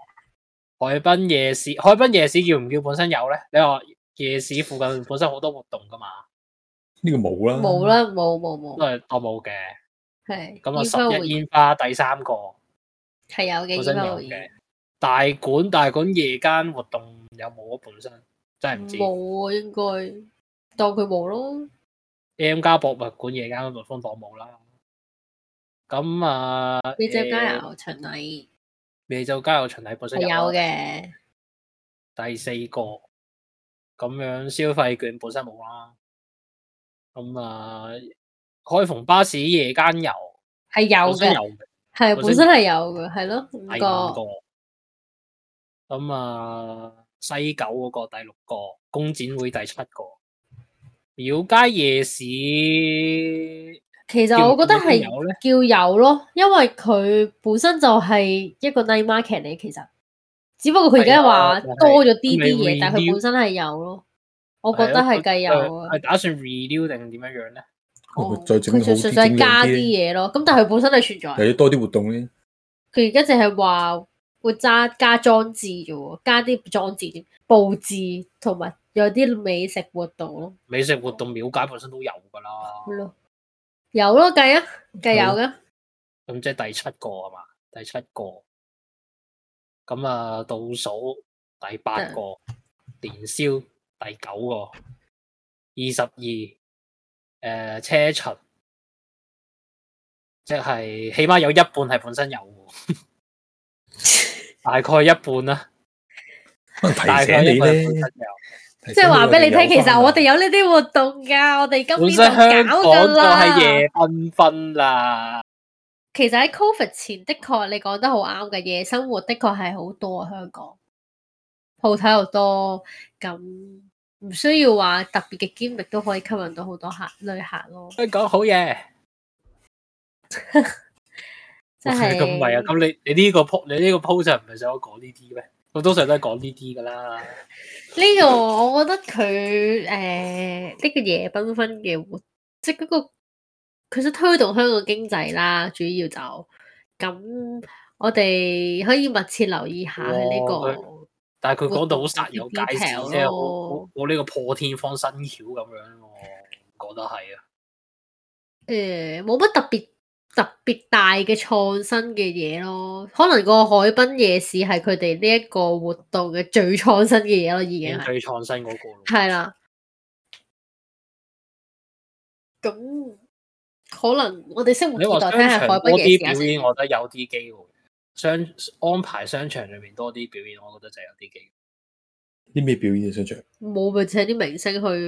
海濱夜市海濱夜市叫唔叫本身有咧？你話夜市附近本身好多活動噶嘛？呢個冇啦，冇。啦，冇冇冇都，係當冇嘅。係咁煙花啊，匯十一煙花第三個係有嘅，本煙身花有匯演嘅。大館大館夜間活動有冇啊？本身真係唔知。冇啊，應該。當佢冇咯。 A M 加博物館夜間嗰度風檔冇啦。咁啊，美酒佳誒肴巡禮美酒加油巡禮係本身有啦嘅，第四個咁樣消費券本身冇啦。咁啊，開逢巴士夜間遊係有本身嘅有，嘅。係本本身身係有嘅，係咯，五第五個個，咁啊西九嗰個第六個，工展會第七個，廟街夜市其實叫我覺得叫係有咧，叫有咯，因為佢本身就係一個 night market 嚟，其實只不過佢而家話係啊多咗啲啲係咪嘢，但係 renew？佢本身係有咯，啊我覺得係計有啊係。打算 renew 定點樣樣咧？哦再整好佢純啲，粹整係加靚啲啲，嘢咯，咁但係佢本身係存在又。要多啲活動咧。佢而家淨係話會加加裝置啫喎，加啲裝置添，佈置同埋有啲美食活動咯，美食活動廟街本身都有㗎啦，係咯，有咯計啊，計有嘅，咁即係第七個啊嘛，第七個，咁啊倒數第八嗯個，年宵第九個，二十二，誒車巡，即係起碼有一半係本身有喎， [laughs] 大概一半啦，可能提大概醒一你半係本咧身，有，即即係話俾你聽，其實我哋有呢啲活動㗎，我哋今啊本年身香港就搞㗎就係啦。夜繽紛啦，其實喺 Covid 前，的確你講得好啱嘅，夜生活的確係好多啊，香港鋪頭又多，咁唔需要話特別嘅兼力都可以吸引到好多客旅客咯。香港好嘢。即哇係咁唔係啊！咁你你呢個 po 你呢個 post 就唔係想我講呢啲咩？我通常都係講呢啲噶啦。呢個我覺得佢誒呢個夜繽紛嘅活，即係嗰個佢想推動香港經濟啦，主要就咁，我哋可以密切留意下佢呢哇佢個。但係佢講到好煞有介事， Detail 即係咯我我呢個破天荒新橋咁樣喎，我覺得係啊。誒冇乜特別特別大嘅創新嘅嘢咯，可能個海濱夜市係佢哋呢一個活動嘅最創新嘅嘢咯，已已經經係最創新嗰個咯。係啦。咁可能我哋拭目你話以待，商睇下場海多濱夜市啊啲有表成演，我覺得有啲機會。商安排商場裏面多啲表演，我覺得就有啲機啲咩表演想象？冇咪請啲明星去，會。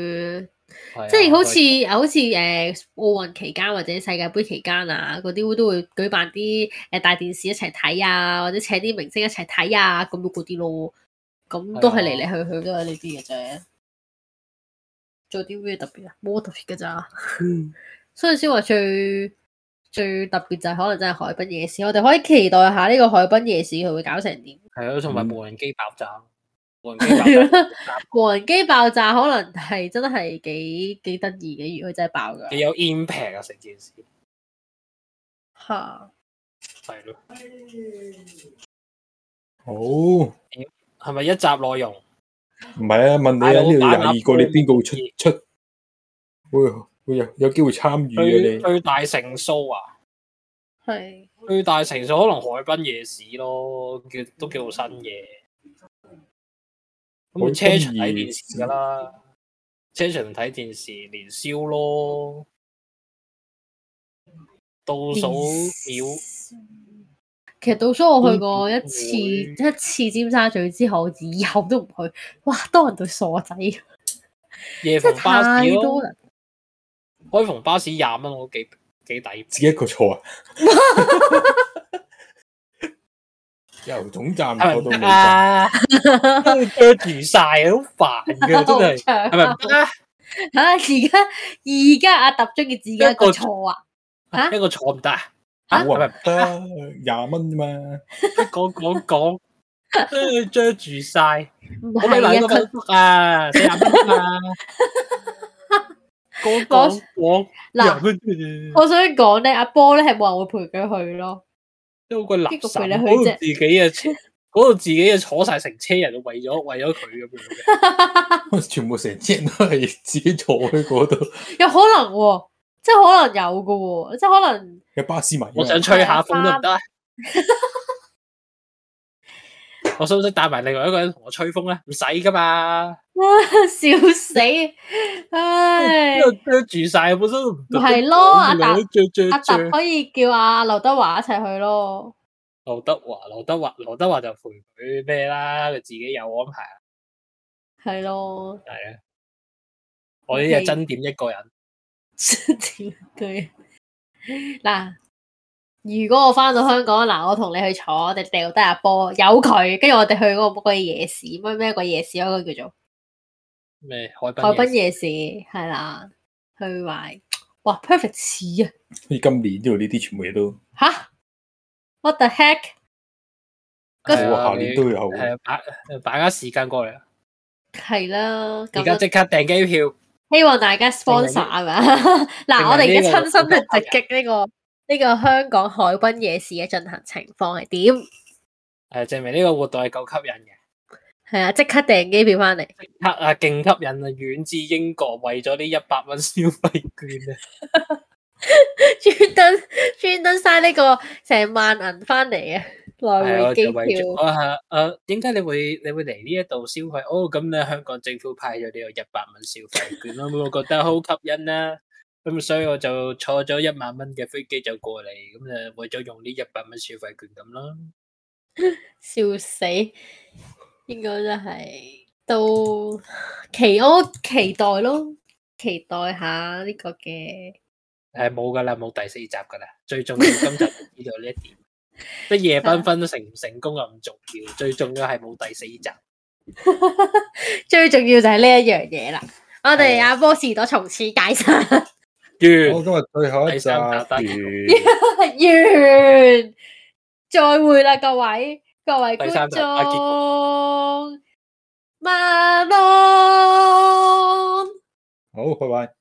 係啊即係好似好似誒奧運期間或者世界盃期間啊，嗰啲都會舉辦啲誒大電視一齊睇啊，或者請啲明星一齊睇啊，咁嗰啲咯。啊咁都係嚟嚟去去都係呢啲嘅啫。做啲咩特別啊？冇特別嘅咋。所以先話最最特別就係可能真係海濱夜市，我哋可以期待下呢個海濱夜市佢會搞成 [laughs] 點。係啊，嗯同埋無人機爆炸，無人機係咯爆炸無人機爆炸可能係真係幾幾得意嘅，如果佢真係爆幾嘅有 impact 啊！成件事嚇，係咯，好，唔係咪一集內容？係啊，問你啊，呢大佬度廿把把二個，你邊個會出波出？會會有有機會參與嘅最你。最大成數啊！係最大成數可能海濱夜市咯，叫都叫做新嘢。咁車場睇電視噶啦，車場睇電視年宵咯，倒數秒其實倒數我去過一次，邊一次尖沙咀之後，以後都唔去。哇，多人到傻仔，真夜係逢巴太士多咯，人。開逢巴士廿蚊我都幾幾抵。自己一個坐 [laughs] 啊！由總站坐到係咪唔尾得站，啊？ [laughs] 都着住晒，好煩噶，真係好係長 [laughs] 咪唔啊！得啊？啊而家而家阿揼中意自己一個坐啊，啊一個坐唔得 [laughs] 啊？好啊係咪啊唔，得？得廿蚊啫嘛。講講講，真係着住晒。唔我俾係兩啊，個佢幸福啊，四廿 [laughs] 蚊啊，講講講廿嗱，蚊啫，我想講咧，阿波咧係冇人會陪佢去咯。都好鬼垃邊個陪圾，你去嗰度啫自己啊，車嗰度自己啊坐晒成車人，為咗為咗佢咁 [laughs] 樣嘅，全部成車人都係自己坐喺嗰度，有可能喎、即係可能有嘅喎、即係可能 [laughs] 啊有巴士迷㗎嘛。我想吹下風得唔得啊？ [laughs] 我使唔使帶埋另外一個人同我吹風咧？唔使噶嘛，笑死！唉因，為因為住晒本身都唔咪係咯阿達最最阿達最可以叫阿劉德華一齊去咯。劉德華，劉德華，劉德華就陪佢咩啦？佢自己有安排啦，係咯， [laughs] 係啊。我呢啲係真點一個人，點佢嗱？如果我翻到香港嗱，我同你去坐，我哋掉低阿波，有佢，跟住我哋去嗰個乜鬼夜市，乜咩鬼夜市嗰個叫做。咩海濱海嘢濱夜市係啦，去埋哇 perfect 似啊好似今年呢度呢啲全部嘢都，吓 what the heck 哇係啊下年都有，係啊把把握時間過嚟啊，係啦，而家咁啊即刻訂機票。希望大家 sponsor 啊嘛， [laughs] 嗱我哋而家親身去直擊呢個呢個香港海濱夜市嘅進行情況係點？係證明呢個活動係夠吸引嘅，係啊，即刻訂機票 [laughs] 翻嚟，黑啊勁吸引啊！遠至英國為咗呢一百蚊消費券啊，專登專登嘥呢個成萬銀翻嚟嘅係啊來我回機就為票咗。啊啊，點解你會你會嚟呢一度消費？哦，咁你香港政府派咗呢個一百蚊消費券啦，我覺得好吸引啦。咁所以我就坐咗一萬蚊嘅飛機就過嚟，咁就為咗用呢一百蚊消費券咁啦。笑死！應該真係都期我期待咯，期待下呢個嘅誒冇噶啦，冇第四集噶啦。最重要今集就知道呢一點，即係啊夜繽紛成唔成功啊唔重要，最重要係冇第四集。最重要就係呢一樣嘢啦。我哋係啊阿波士多從此解散 [laughs] 好，今日最後一第集三集得完，完，再會啦，各位各位第觀三集阿傑眾，晚安。好，拜拜。